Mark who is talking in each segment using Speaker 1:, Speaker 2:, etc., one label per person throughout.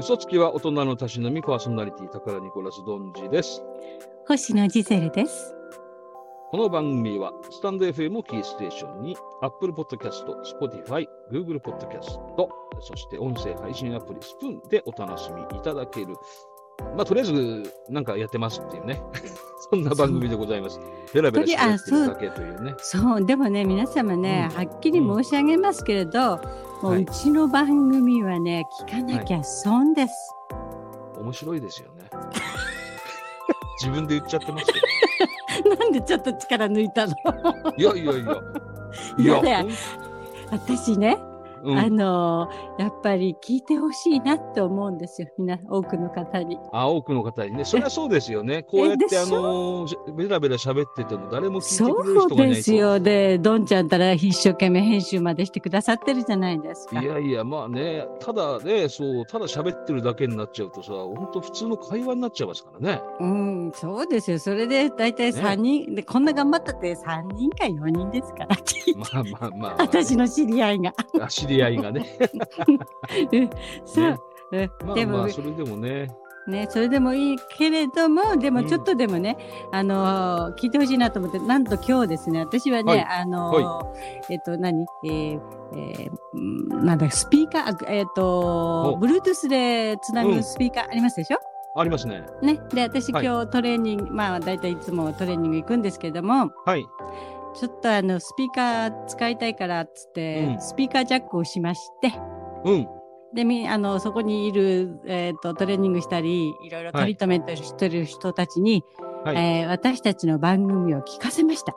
Speaker 1: 嘘つきは大人のたしなみパーソナリティ宝ニコラス・ドンジです。
Speaker 2: 星野ジゼルです。
Speaker 1: この番組はスタンド FM をキーステーションに Apple Podcast、Spotify、Google Podcast、そして音声配信アプリスプーンでお楽しみいただける。まあ、とりあえずなんかやってますっていうね。 そんな番組でございます。ベラベラしてやってるだけというね。
Speaker 2: そう、でもね、皆様ね、
Speaker 1: うん
Speaker 2: はっきり申し上げますけれど、も
Speaker 1: は
Speaker 2: う
Speaker 1: いう
Speaker 2: ちの番組はね、聞かなきゃ損です。
Speaker 1: 面白いですよね。自分で言っちゃってますけど。
Speaker 2: なんでちょっと力抜いたの
Speaker 1: いやいやいや。
Speaker 2: いや
Speaker 1: ほん
Speaker 2: 私ね、
Speaker 1: うん
Speaker 2: あのーやっぱり聞いてほしいなって思うんですよ、みんな、多くの方に。
Speaker 1: あ多くの方にね、それはそうですよね。こうやっ、
Speaker 2: でしてょ
Speaker 1: あのーしベラベラ喋ってても誰も聞いてくれる
Speaker 2: そ
Speaker 1: 人
Speaker 2: う
Speaker 1: がいな
Speaker 2: で
Speaker 1: いと。
Speaker 2: すよ。で、どんちゃんたら一生懸命編集までしてくださってるじゃないですか
Speaker 1: い。やいや、まあね、ただね、そう、ただ喋ってるだけになっちゃうとさ、本当普通の会話になっちゃいますから ね。
Speaker 2: うん、そうですよ。それで大体
Speaker 1: ね
Speaker 2: 3人、で、こんな頑張ったって3人か4人ですから、 聞いて
Speaker 1: まあまあまあ、
Speaker 2: 私の知り合いが。
Speaker 1: あ知り合いが ね。
Speaker 2: そう、
Speaker 1: ね
Speaker 2: うん
Speaker 1: まあ
Speaker 2: で
Speaker 1: ま
Speaker 2: も
Speaker 1: あ、それでもね。
Speaker 2: ね、それでもいいけれども、で
Speaker 1: う
Speaker 2: も
Speaker 1: ん
Speaker 2: ちょっとでもね、あのー聞いてほしいなと思って、なんと今日ですね、私はね、
Speaker 1: はい
Speaker 2: あのーえっと、何、えーえーんなんだスピーカー、えっ、と
Speaker 1: お、
Speaker 2: Bluetooth でつな
Speaker 1: う
Speaker 2: ぐ
Speaker 1: ん
Speaker 2: スピーカーありますでしょ、
Speaker 1: ありますね。
Speaker 2: ね。で、私今
Speaker 1: はい
Speaker 2: 日トレーニング、まあ、だいたいいつもトレーニング行くんですけれども、
Speaker 1: はい。
Speaker 2: ちょっとあの、スピーカー使いたいからっつって、
Speaker 1: うん
Speaker 2: スピーカージャックをしまして、
Speaker 1: うん。
Speaker 2: で、み、あの、そこにいる、えっ、と、トレーニングしたり、いろいろトリートメントしてる人たちに、
Speaker 1: はい
Speaker 2: えー私たちの番組を聞かせ ました。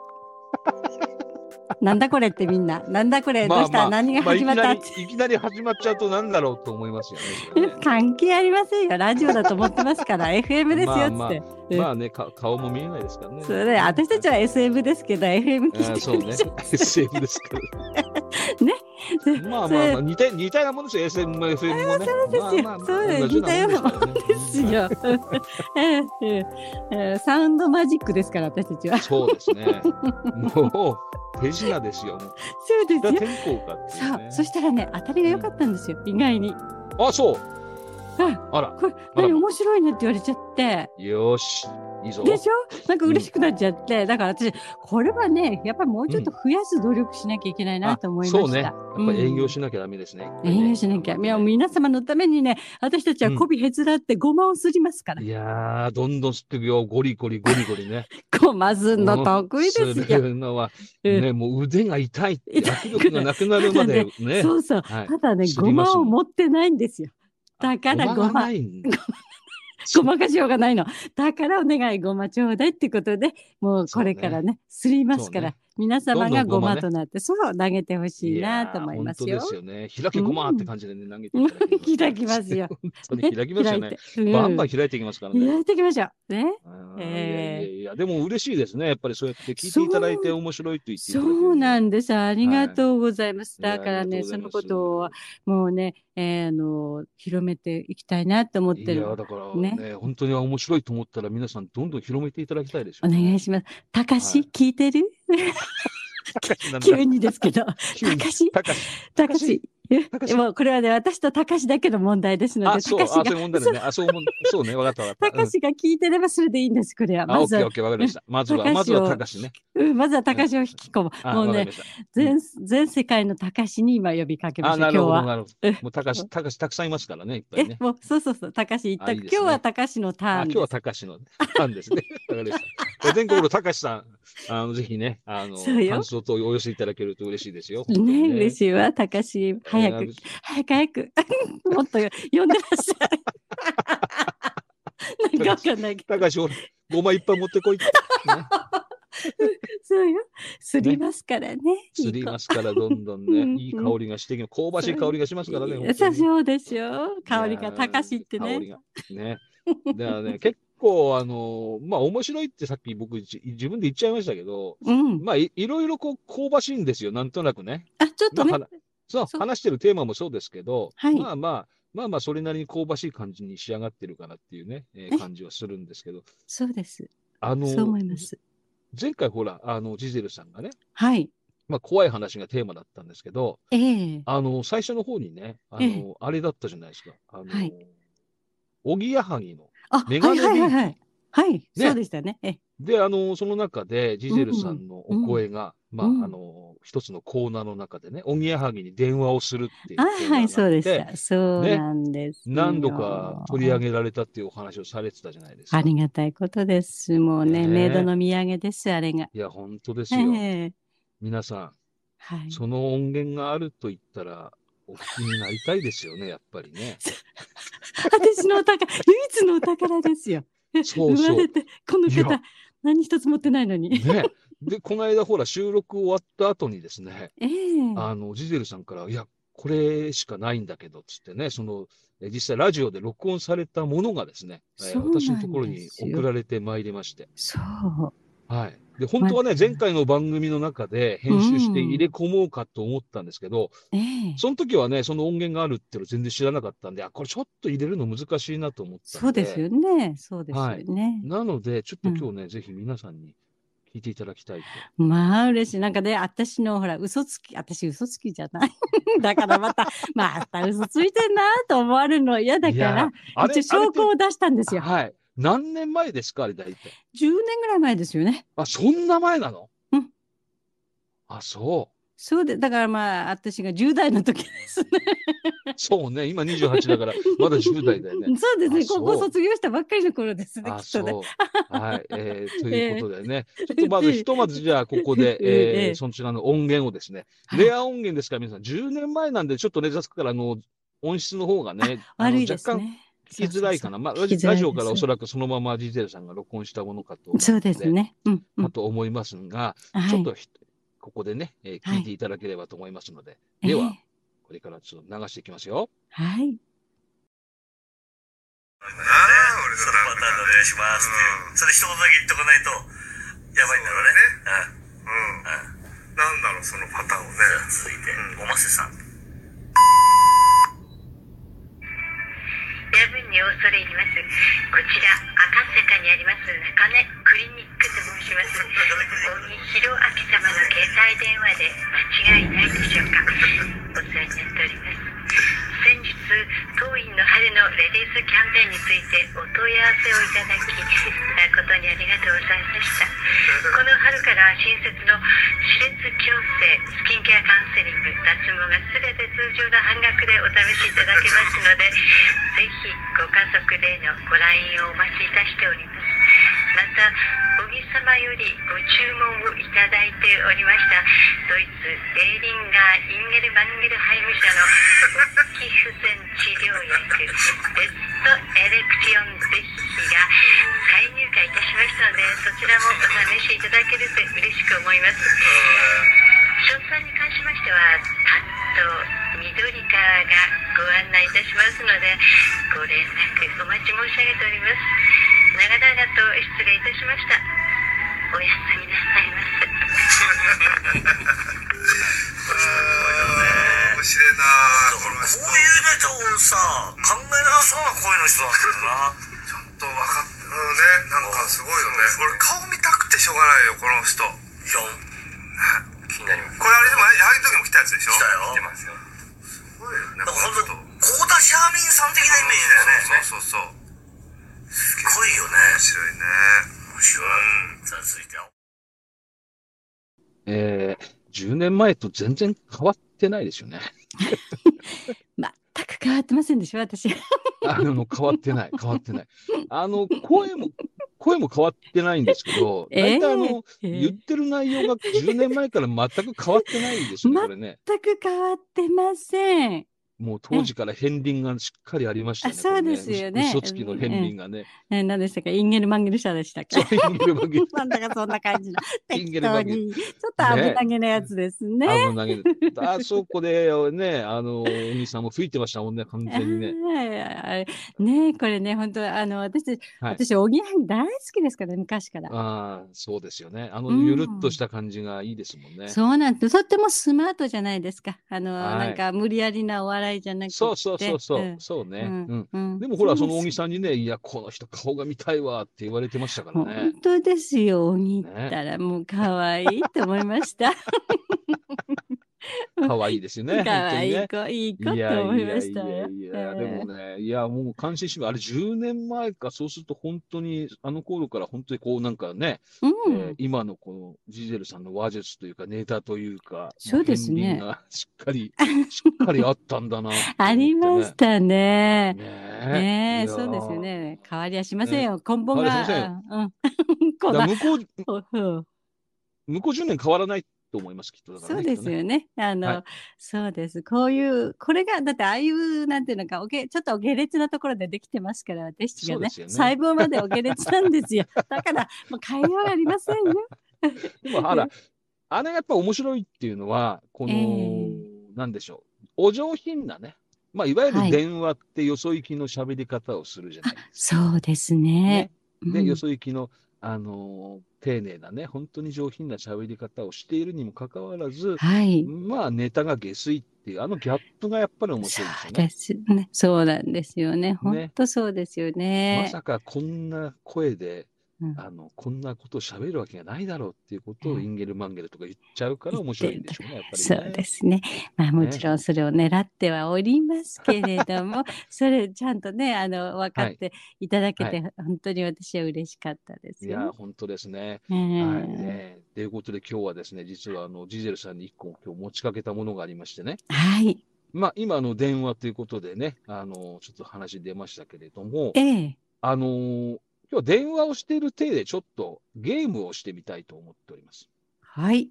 Speaker 2: なんだこれってみんな、なんだこれ、どうした、何が始まった、。
Speaker 1: まあいきなり、いきなり始まっちゃうとなんだろうと思いますよねそれね
Speaker 2: 関係ありませんよ。ラジオだと思ってます から、FM ですよ、つって。
Speaker 1: まあまあね、か顔も見えないですからね。
Speaker 2: それで、私たちは SM ですけど、FM
Speaker 1: あー
Speaker 2: 聞
Speaker 1: そ
Speaker 2: いうて
Speaker 1: ね
Speaker 2: るでしょ。。
Speaker 1: SF ですから。
Speaker 2: で
Speaker 1: まあ
Speaker 2: そ
Speaker 1: まあ
Speaker 2: れ
Speaker 1: まあ似た似たようなもんですよ SM も FM もね。
Speaker 2: そうですよ
Speaker 1: まあまあまあ
Speaker 2: そうです
Speaker 1: 同じようなもんで
Speaker 2: です
Speaker 1: すからね。
Speaker 2: よ。 ええええサウンドマジックですから、私たちは。
Speaker 1: そ
Speaker 2: そ
Speaker 1: うですね。もう手品ですよ。もう
Speaker 2: うです
Speaker 1: 北
Speaker 2: よ。
Speaker 1: 天候かってい
Speaker 2: そうう、
Speaker 1: ね。
Speaker 2: そしたらね、当たりが良かったんですよ、意外に。
Speaker 1: あそう。
Speaker 2: あ、
Speaker 1: あら
Speaker 2: これ、
Speaker 1: あら
Speaker 2: 何面白いねって言われちゃって。
Speaker 1: よしいいぞ。
Speaker 2: でしょなんか嬉しくなっちゃって、だから私、これはね、やっぱりもうちょっと増やす努力しなきゃいけないなと思いました。
Speaker 1: そうね。やっぱ営業しなきゃダメですね。
Speaker 2: うん営業しなきゃ。いや、もう皆様のためにね、私たちは媚びへつらってごまをすりますから。
Speaker 1: いやーどんどん吸ってくよゴリゴリゴリゴリね。
Speaker 2: ごますんの得意です
Speaker 1: うんす
Speaker 2: よ。
Speaker 1: るのは
Speaker 2: うん
Speaker 1: ねもう腕が痛いって握力がなくなるまでね。
Speaker 2: そうそう。
Speaker 1: はい。
Speaker 2: ただね、
Speaker 1: 知
Speaker 2: ご
Speaker 1: ります
Speaker 2: まを持ってないんですよ。だから
Speaker 1: ごま
Speaker 2: ご
Speaker 1: が
Speaker 2: ま
Speaker 1: な、いんだ
Speaker 2: ごまかしようがないの。だからお願いごまちょうだいってことで、もうこれからね、すりますから、
Speaker 1: そう
Speaker 2: 皆様が
Speaker 1: どんどんご
Speaker 2: ご
Speaker 1: ま
Speaker 2: ま
Speaker 1: ね
Speaker 2: となって、そう投げてほしいなと思います
Speaker 1: いやー
Speaker 2: よ
Speaker 1: 本。当ですよね。開けごまーって感じでね、投げていただき
Speaker 2: 開きますよ。。
Speaker 1: 本当に開きますよね。
Speaker 2: ね。開いて、うん
Speaker 1: バンバン開いていきますからね。
Speaker 2: 開いていきましょう。ね。
Speaker 1: うんいや
Speaker 2: えー
Speaker 1: いやいや、でも嬉しいですね。やっぱりそうやって聞いていただいて
Speaker 2: そ
Speaker 1: 面白いと言っていただける
Speaker 2: そうなんんです。ありがとうございます。だからね、そのことを、もうね、えーあの、広めていきたいなと思っ
Speaker 1: い
Speaker 2: て
Speaker 1: や、
Speaker 2: る。
Speaker 1: だからね本当に面白いと思ったら皆さんどんどん広めていただきたいです
Speaker 2: お
Speaker 1: よ、
Speaker 2: 願
Speaker 1: ね。
Speaker 2: いします。たか
Speaker 1: は
Speaker 2: し
Speaker 1: い、
Speaker 2: 聞いてる
Speaker 1: なんだ
Speaker 2: 急にですけど。
Speaker 1: 急に
Speaker 2: たかし
Speaker 1: 高橋
Speaker 2: たかし。
Speaker 1: たか
Speaker 2: え
Speaker 1: し
Speaker 2: もうこれはね、私とたかしだけの問題ですの
Speaker 1: あ、
Speaker 2: で、
Speaker 1: そう、
Speaker 2: た
Speaker 1: あ、
Speaker 2: か
Speaker 1: そ
Speaker 2: し
Speaker 1: ういう
Speaker 2: が、
Speaker 1: 問題だね。あ、そう思う、そうね、わかったわかった。
Speaker 2: た
Speaker 1: う
Speaker 2: か
Speaker 1: ん
Speaker 2: しが聞いてればそれでいいんです、これは。
Speaker 1: あ、
Speaker 2: ま
Speaker 1: オッ
Speaker 2: ず
Speaker 1: ケー
Speaker 2: は
Speaker 1: オッ、ケー、わかりました。まずは、
Speaker 2: 高橋を
Speaker 1: まずは高橋ね。
Speaker 2: うんまずはたかしを引き込む。
Speaker 1: あ、
Speaker 2: も
Speaker 1: わ
Speaker 2: う
Speaker 1: かり
Speaker 2: ね
Speaker 1: ま、した。
Speaker 2: 全、全世界のたかしに今呼びかけま
Speaker 1: あ、
Speaker 2: した、
Speaker 1: な
Speaker 2: 今日
Speaker 1: るほど、
Speaker 2: は。
Speaker 1: なるほど。もう高橋、高橋たくさんいますからね、いっぱいね
Speaker 2: え、。もう、そうそうそう、たかし一
Speaker 1: あ
Speaker 2: 択。
Speaker 1: いいで
Speaker 2: 今
Speaker 1: す
Speaker 2: 日
Speaker 1: ね
Speaker 2: はたかしのタ
Speaker 1: あ
Speaker 2: ーン
Speaker 1: 今
Speaker 2: で
Speaker 1: 日
Speaker 2: す。
Speaker 1: はたかしのなんですね。わかりました。全国のたかしさん、あのぜひね、あの
Speaker 2: そうよ
Speaker 1: 感想等お寄せいただけると嬉しいですよ。
Speaker 2: ね、嬉
Speaker 1: しい。
Speaker 2: しいわ、たかし。早く、早く早く。 もっと呼んでらっしゃ る。なんかわかんないけど。
Speaker 1: たかし、ほらごまいっぱい持ってこいって。ね、
Speaker 2: そうよ。すりますからね。
Speaker 1: すりますから、どんどんね、いい香りがしてきます、香ばしい香りがしますからね。
Speaker 2: いい
Speaker 1: 本
Speaker 2: 子
Speaker 1: 当
Speaker 2: そう
Speaker 1: にね
Speaker 2: そうですよ。香り
Speaker 1: いや
Speaker 2: が、
Speaker 1: ー
Speaker 2: たかしって
Speaker 1: 香り
Speaker 2: ね。
Speaker 1: が。ね。だからね、 結構、あのまあ、面白いってさっき僕、じ自分で言っちゃいましたけど、
Speaker 2: うん。
Speaker 1: まあ、いいろいろこう、香ばしいんですよ、なんとなくね。
Speaker 2: あ、ちょっ
Speaker 1: ま
Speaker 2: と
Speaker 1: あ、は
Speaker 2: ね。
Speaker 1: なそう
Speaker 2: そう
Speaker 1: 話してるテーマもそうですけど、
Speaker 2: はい
Speaker 1: まあまあ、まあまあ、それなりに香ばしい感じに仕上がってるかなっていうね、えー
Speaker 2: え
Speaker 1: 感じはするんですけど、
Speaker 2: そうです。
Speaker 1: あの、
Speaker 2: そう思います。
Speaker 1: 前回ほら、あの、ジゼルさんがね、
Speaker 2: はい。
Speaker 1: まあ、怖い話がテーマだったんですけど、
Speaker 2: ええ
Speaker 1: あの、最初の方にね、あの、
Speaker 2: ええ
Speaker 1: あれだったじゃないですか。あの、
Speaker 2: はい
Speaker 1: おぎやはぎの。
Speaker 2: あ、
Speaker 1: メガネ
Speaker 2: はいはいはいはい。はい、
Speaker 1: ね
Speaker 2: そうでしたね。え、
Speaker 1: で、あの、その中で、ジゼルさんのお声が、
Speaker 2: う
Speaker 1: ま
Speaker 2: ん
Speaker 1: あ、あの、一つのコーナーの中でね、おぎやはぎに電話をするっていうコ
Speaker 2: あ、
Speaker 1: ーナーがあ
Speaker 2: は
Speaker 1: っ
Speaker 2: い、
Speaker 1: て。
Speaker 2: そうでした。そう
Speaker 1: ね
Speaker 2: なんですよ。
Speaker 1: 何度か取り上げられたっていうお話をされてたじゃないですか。
Speaker 2: ありがたいことです。もうね、
Speaker 1: ね
Speaker 2: メイドの土産です、あれが。
Speaker 1: いや、本当です
Speaker 2: え
Speaker 1: よ。
Speaker 2: え
Speaker 1: 皆さ
Speaker 2: はい
Speaker 1: ん、。その音源があると言ったら、お聞きになりたいですよね、やっぱり ね。
Speaker 2: 私のお宝、唯一のお宝ですよ。
Speaker 1: そうそう
Speaker 2: 生まれて、この
Speaker 1: いや
Speaker 2: 方、何一つ持ってないのに。
Speaker 1: ね。で、この間、ほら、収録終わった後にですね、
Speaker 2: ええ
Speaker 1: あの、ジゼルさんから、いや、これしかないんだけど、つってね、その、え実際ラジオで録音されたものがですね、えー
Speaker 2: そうなんです
Speaker 1: 私
Speaker 2: よ
Speaker 1: のところに送られてまいりまして。
Speaker 2: そう。
Speaker 1: はい。で、本当はね、前回の番組の中で編集して入れ込もうかと思ったんですけど、
Speaker 2: ええ
Speaker 1: その時はね、その音源があるっていうの全然知らなかったんで、あ、これちょっと入れるの難しいなと思ったんで。
Speaker 2: そうですよね。そうですよね。
Speaker 1: なので、ちょっと今日ね、ぜひ皆さんに聞いていただきたいと。
Speaker 2: まあ嬉しい。なんかね、私のほら、嘘つき、私嘘つきじゃない。 だからまた、また嘘ついてんなと思われるのは嫌だ
Speaker 1: い
Speaker 2: か
Speaker 1: やあ
Speaker 2: ら、
Speaker 1: れ
Speaker 2: 一応証拠
Speaker 1: あれっ
Speaker 2: を出したんで
Speaker 1: て
Speaker 2: すよ。
Speaker 1: はい。何年前ですか、あれ大体。
Speaker 2: 10年ぐらい前ですよね。
Speaker 1: あ、そんな前なの
Speaker 2: うん。
Speaker 1: あ、そ
Speaker 2: そうで、だからまあ、私が10代の時ですね。
Speaker 1: う。そうね、今28だから、 まだ10代だよね。
Speaker 2: そうです
Speaker 1: あ
Speaker 2: ね。
Speaker 1: そう
Speaker 2: 高校卒業したばっかりの頃ですね、
Speaker 1: あ、
Speaker 2: きっとね。
Speaker 1: そう。はい。え ーということでね、ちょっとまずひとまずじゃあ、ここで、
Speaker 2: ええ
Speaker 1: えーそちらの音源をですね、
Speaker 2: はい
Speaker 1: レア音源ですから、皆さん、10年前なんで、ちょっとね、ざすから、あの、音質の方がね、あの
Speaker 2: 悪いです
Speaker 1: 若干
Speaker 2: ね。
Speaker 1: 聞きづらいかな。まあ、ラ
Speaker 2: 聞きづ
Speaker 1: ジ
Speaker 2: ら
Speaker 1: ラ
Speaker 2: いです
Speaker 1: ジオからおそらくそのままジゼルさんが録音したものかと、
Speaker 2: そうですね。うん、う
Speaker 1: か
Speaker 2: ん。
Speaker 1: と思いますが、
Speaker 2: は
Speaker 1: ちょっ
Speaker 2: い
Speaker 1: とひここでね、えー
Speaker 2: はい
Speaker 1: 聞いていただければと思いますので、では
Speaker 2: ええ
Speaker 1: これからちょっと流していきますよ。
Speaker 2: はい。
Speaker 3: ああ、俺そのパターンでお願いしますって、それ一言だけ言っておかないと、やばいんだろうね。うん。うん。なんだろう、そのパターンをね。続いて、おませさん。
Speaker 4: 夜分に恐れ入りますこちら赤坂にあります中根クリニックと申します大西弘明様の携帯電話で間違いないでしょうかお世話になっております先日当院の春のレディースキャンペーンについてお問い合わせをいただき誠にありがとうございましたこの春から新設の歯列矯正スキンケアカウンセリング脱毛が全て通常の半額でお試しいただけますのでぜひご家族でのご来院をお待ちいたしておりますまた小木様よりご注文をいただいておりましたドイツデーリンガー・インゲル・マンゲルハイム社の勃起不全治療薬ベストエレクティオンゼッヒが再入荷いたしましたのでそちらもお試しいただけると嬉しく思います詳細に関しましては担当緑川がご案内いたしますのでご連絡お待ち申し上げております長々と失礼いたしましたおやすみなさいませ
Speaker 5: 面白いな
Speaker 3: こういうネタをさ、考えなさそうな声の人なんだよな。
Speaker 5: ちゃんと分かってうんねなんかすごいよね俺顔見たくてしょうがないよこの人
Speaker 3: いや、気になります。
Speaker 5: これあれでもあああいう時も来たやつでしょ
Speaker 3: 来たよ
Speaker 5: 来てますよすごいよね
Speaker 3: だ
Speaker 5: こ
Speaker 3: から
Speaker 5: の人
Speaker 3: 本当、コーダシャーミンさん的なイメージだよね。
Speaker 5: そうそうそうそう
Speaker 3: すごいよね。
Speaker 5: 面白いね
Speaker 3: 面白い。さあ、続いては。
Speaker 1: えー、10年前と全然変わってないですよ ね。
Speaker 2: 全く変わってませんでしょ、私。
Speaker 1: あの、変わってない、変わってない。あの、声も、声も変わってないんですけど、
Speaker 2: え
Speaker 1: 大
Speaker 2: え
Speaker 1: 体あの、
Speaker 2: え
Speaker 1: 言っ
Speaker 2: ー
Speaker 1: てる内容が10年前から全く変わってないんです ね、
Speaker 2: ま
Speaker 1: これね。
Speaker 2: 全く変わってません。
Speaker 1: もう当時から片鱗がしっかりありましたね。
Speaker 2: あ
Speaker 1: これね
Speaker 2: そうですよね
Speaker 1: 嘘つきの片鱗がね。
Speaker 2: えー何でしたかインゲルマンゲル社でした
Speaker 1: そう
Speaker 2: か
Speaker 1: いう意味で僕
Speaker 2: なんだかそんな感じの
Speaker 1: インゲ
Speaker 2: 適
Speaker 1: ル
Speaker 2: 当
Speaker 1: マンゲ
Speaker 2: にちょっと危なげなやつですね。
Speaker 1: あの投げてあそこでね、あの、お兄さんも吹いてましたもんね、完全にね。
Speaker 2: はいあれねこれね本当あの私たち、
Speaker 1: はい
Speaker 2: 私おぎやはぎ大好きですから昔から。
Speaker 1: ああ、そうですよね。あの、
Speaker 2: うん
Speaker 1: ゆるっとした感じがいいですもんね。
Speaker 2: そうなんてとってもスマートじゃないですか。あの、
Speaker 1: はい
Speaker 2: なんか無理やりなお笑いじゃなくて。
Speaker 1: そうそうそうそう、
Speaker 2: ん
Speaker 1: そうね、う
Speaker 2: うん
Speaker 1: ん
Speaker 2: うん
Speaker 1: でもほら、その
Speaker 2: う
Speaker 1: 大
Speaker 2: で
Speaker 1: 木
Speaker 2: す
Speaker 1: さんにね、いや、この人顔が見たいわって言われてましたからね
Speaker 2: 本。当ですよ、おぎったらもう可愛いって思いました。
Speaker 1: 可愛いですよ ね。
Speaker 2: かわいい
Speaker 1: 本
Speaker 2: 子、いい子
Speaker 1: 当にね。
Speaker 2: と思いました
Speaker 1: いやいや
Speaker 2: よ。
Speaker 1: い
Speaker 2: え
Speaker 1: や、
Speaker 2: え
Speaker 1: でもね、いや、もう監視支部、あれ10年前か、そうすると本当に、あの頃から本当にこうなんかね、
Speaker 2: う
Speaker 1: えー
Speaker 2: ん。
Speaker 1: 今のこのジゼルさんの話術というか、ネタというか、
Speaker 2: そうですね
Speaker 1: 片鱗がしっか り、しっかりあったんだな、
Speaker 2: ありまし。たね。
Speaker 1: ね
Speaker 2: ね
Speaker 1: い
Speaker 2: え、
Speaker 1: や
Speaker 2: そうですよね。変わりはしませんよ。根本
Speaker 1: 変わりはしません
Speaker 2: が。うん。
Speaker 1: だ
Speaker 2: こ
Speaker 1: から
Speaker 2: だ。
Speaker 1: 向こう、
Speaker 2: うん
Speaker 1: 向こう10年変わらないと思います、きっと。だか
Speaker 2: そ
Speaker 1: ら
Speaker 2: う
Speaker 1: ね
Speaker 2: です。
Speaker 1: きっ
Speaker 2: よね。あの、
Speaker 1: はい
Speaker 2: そうです。こういう、これが、だってああいう、なんていうのか、おげ、ちょっとお下劣なところでできてますから、私たち
Speaker 1: そ
Speaker 2: が
Speaker 1: うで
Speaker 2: ね、
Speaker 1: すよね
Speaker 2: 細胞までお下劣なんですよ。 だから、もう会話がありませんよ。
Speaker 1: とねでも、あら、あれがやっぱ面白いっていうのは、この、
Speaker 2: え
Speaker 1: なんでしょう、お上品なね、まあ、いわゆ
Speaker 2: は
Speaker 1: る
Speaker 2: い
Speaker 1: 電話ってよそ行きの喋り方をするじゃないですか。
Speaker 2: そうですね。
Speaker 1: で、
Speaker 2: うん
Speaker 1: よそ行きの、あのー丁寧なね、本当に上品な喋り方をしているにもかかわらず、
Speaker 2: はい。
Speaker 1: まあ、ネタが下水っていう、あのギャップがやっぱり面
Speaker 2: そ
Speaker 1: 白いんです
Speaker 2: う
Speaker 1: よ
Speaker 2: で
Speaker 1: ね。
Speaker 2: すね。そうなんですよね。本当そうですよ
Speaker 1: ま
Speaker 2: ね。
Speaker 1: さかこんな声で、
Speaker 2: うん
Speaker 1: あの、こんなこと喋るわけがないだろうっていうことを
Speaker 2: うん
Speaker 1: インゲルマンゲルとか言っちゃうから面白いんでしょうね、やっぱり、ね。
Speaker 2: そうですね。まあもちろんそれを狙ってはおりますけれど も、それちゃんとね、あの、分かっていただけて、本当に私は嬉しかったです
Speaker 1: いやー、
Speaker 2: よ
Speaker 1: 本当ですね。
Speaker 2: ね。ええ
Speaker 1: はい、ね。ということで今日はですね、実はあの、ジゼルさんに一個今日持ちかけたものがありましてね。
Speaker 2: はい。
Speaker 1: まあ、今あの電話ということでね、あの、ちょっと話出ましたけれども、
Speaker 2: ええ
Speaker 1: あのー今日は電話をしている体でちょっとゲームをしてみたいと思っております。
Speaker 2: はい。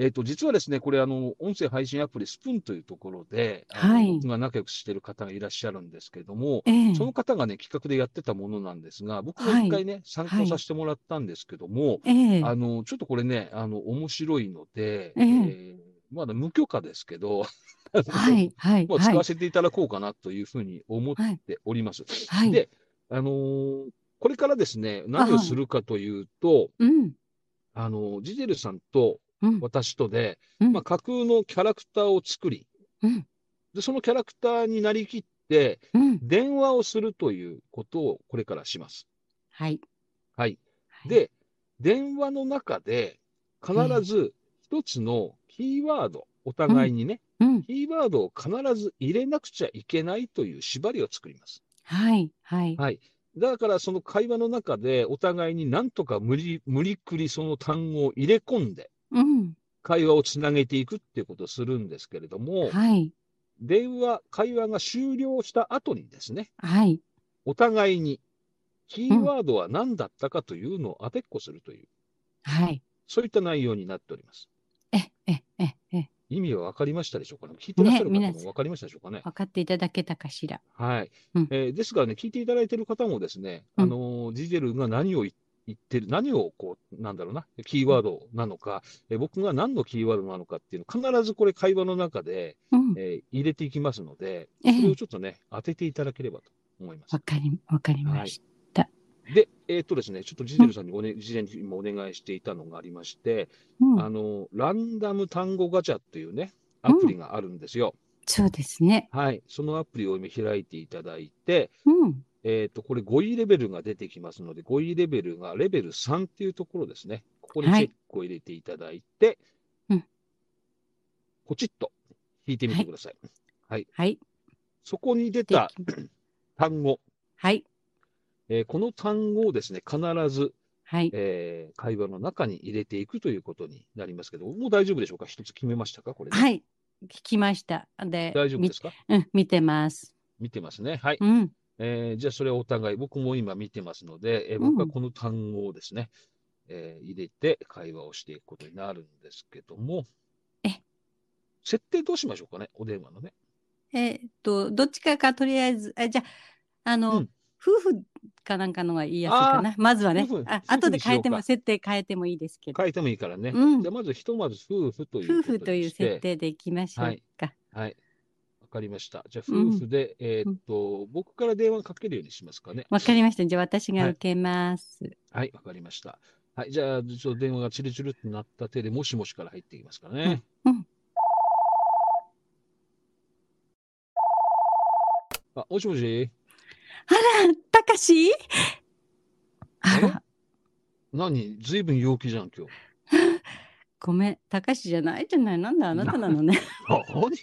Speaker 1: えっ、と、実はですね、これあの、音声配信アプリスプーンというところで、あの
Speaker 2: はい
Speaker 1: 僕が仲良くしている方がいらっしゃるんですけれども、
Speaker 2: ええ
Speaker 1: その方がね、企画でやってたものなんですが、僕も一回ね、参考させてもらったんですけども、
Speaker 2: ええ
Speaker 1: あの、ちょっとこれね、あの、面白いので、
Speaker 2: ええ
Speaker 1: ーまだ無許可ですけど、
Speaker 2: はい。はい。
Speaker 1: まあ、使
Speaker 2: は
Speaker 1: わ
Speaker 2: い。
Speaker 1: せていただこうかなというふうに思っております。
Speaker 2: はい。
Speaker 1: で、あのーこれからですね、何をするかというと、
Speaker 2: うん。
Speaker 1: あの、ジゼルさんと
Speaker 2: うん。
Speaker 1: 私とで、
Speaker 2: うん
Speaker 1: まあ、架空のキャラクターを作り、
Speaker 2: うん
Speaker 1: で、そのキャラクターになりきって、
Speaker 2: うん。
Speaker 1: 電話をするということをこれからします。
Speaker 2: はい。
Speaker 1: はい。
Speaker 2: はい、
Speaker 1: で、電話の中で、必ず一つのキーワード、お互いにね、
Speaker 2: うん。
Speaker 1: キーワードを必ず入れなくちゃいけないという縛りを作ります。
Speaker 2: はい。はい。
Speaker 1: はい。だからその会話の中でお互いになんとか無理、無理くりその単語を入れ込んで
Speaker 2: うん。
Speaker 1: 会話をつなげていくっていうことをするんですけれども、
Speaker 2: はい。
Speaker 1: 電話、会話が終了した後にですね、
Speaker 2: はい。
Speaker 1: お互いにキーワードは何だったかというのを当てっこするという、
Speaker 2: はい。
Speaker 1: そういった内容になっております。
Speaker 2: え、え、え、え、
Speaker 1: 意味は分かりましたでしょうかね聞いてらっしゃる方
Speaker 2: ね皆
Speaker 1: も
Speaker 2: さん
Speaker 1: 分かりましたでしょうかね
Speaker 2: 分かっていただけたかしら。
Speaker 1: はい、
Speaker 2: うん
Speaker 1: えーですからね、聞いていただいている方もですね、
Speaker 2: うん
Speaker 1: あのージゼルが何を言言ってる、何をこう、なんだろうな、キーワードなのか、えー僕が何のキーワードなのかっていうの、必ずこれ、会話の中で、
Speaker 2: うん。
Speaker 1: えー入れていきますので、
Speaker 2: え
Speaker 1: それ
Speaker 2: え
Speaker 1: をちょっとね、当てていただければと思います
Speaker 2: わ。かり、わかりました。
Speaker 1: で、えーっとですね、ちょっとジゼルさんにお、ね、事前にもお願いしていたのがありまして、
Speaker 2: うん
Speaker 1: あのーランダム単語ガチャっていうね、アプリがあるんですよ。
Speaker 2: そうですね。
Speaker 1: はい。そのアプリを今開いていただいて、
Speaker 2: うん。
Speaker 1: えっ、と、これ5位レベルが出てきますので、5位レベルがレベル3っていうところですね。ここにチェックを入れていただいて、
Speaker 2: うん
Speaker 1: ポチッと引いてみてください。
Speaker 2: はい。
Speaker 1: そこに出
Speaker 2: で
Speaker 1: た
Speaker 2: きま
Speaker 1: 単語、
Speaker 2: はい。
Speaker 1: えーこの単語をですね、必ず、
Speaker 2: はい。
Speaker 1: えー会話の中に入れていくということになりますけど、もう大丈夫でしょうか一つ決めましたかこれ、ね。。
Speaker 2: はいい。聞きました。で、
Speaker 1: 大丈夫
Speaker 2: み
Speaker 1: ですか
Speaker 2: うん、見てます。
Speaker 1: 見てますね。はい。
Speaker 2: うん。
Speaker 1: えーじゃあ、それはお互い、僕も今見てますので、えー
Speaker 2: うん
Speaker 1: 僕はこの単語をですね、えー入れて会話をしていくことになるんですけども、
Speaker 2: え
Speaker 1: 設定どうしましょうかね、お電話のね。
Speaker 2: えーっと、どっちかかとりあえず、あじゃあ、あの、
Speaker 1: うん
Speaker 2: 夫婦かなんかのが言いやすいかな。まずはね
Speaker 1: 夫婦。
Speaker 2: あ
Speaker 1: 夫婦に
Speaker 2: 後で変え
Speaker 1: しよう
Speaker 2: て
Speaker 1: か
Speaker 2: も、設定変えてもいいですけど。
Speaker 1: 変えてもいいからね。
Speaker 2: うん
Speaker 1: じゃあ、まずひとまず夫婦という
Speaker 2: 夫
Speaker 1: ことにして。
Speaker 2: 婦という設。定でいきましょ
Speaker 1: は
Speaker 2: う
Speaker 1: い
Speaker 2: か。
Speaker 1: はい。わかりました。じゃあ、
Speaker 2: うん
Speaker 1: 夫婦で、えーっと、僕から電話かけるようにしますかね。
Speaker 2: わかりました。じゃあ、私が
Speaker 1: はい
Speaker 2: 受けます。
Speaker 1: はい、わかりました。はい、じゃあ、ちょっと電話がチルチルってなった手で、もしもしから入っていきますからね。
Speaker 2: うんうん
Speaker 1: あ、もしもし
Speaker 2: たかしあら、
Speaker 1: 何ずいぶん陽気じゃん、今日。
Speaker 2: ごめん、高しじゃないじゃない、なんだ、あなたなの ね。
Speaker 1: 何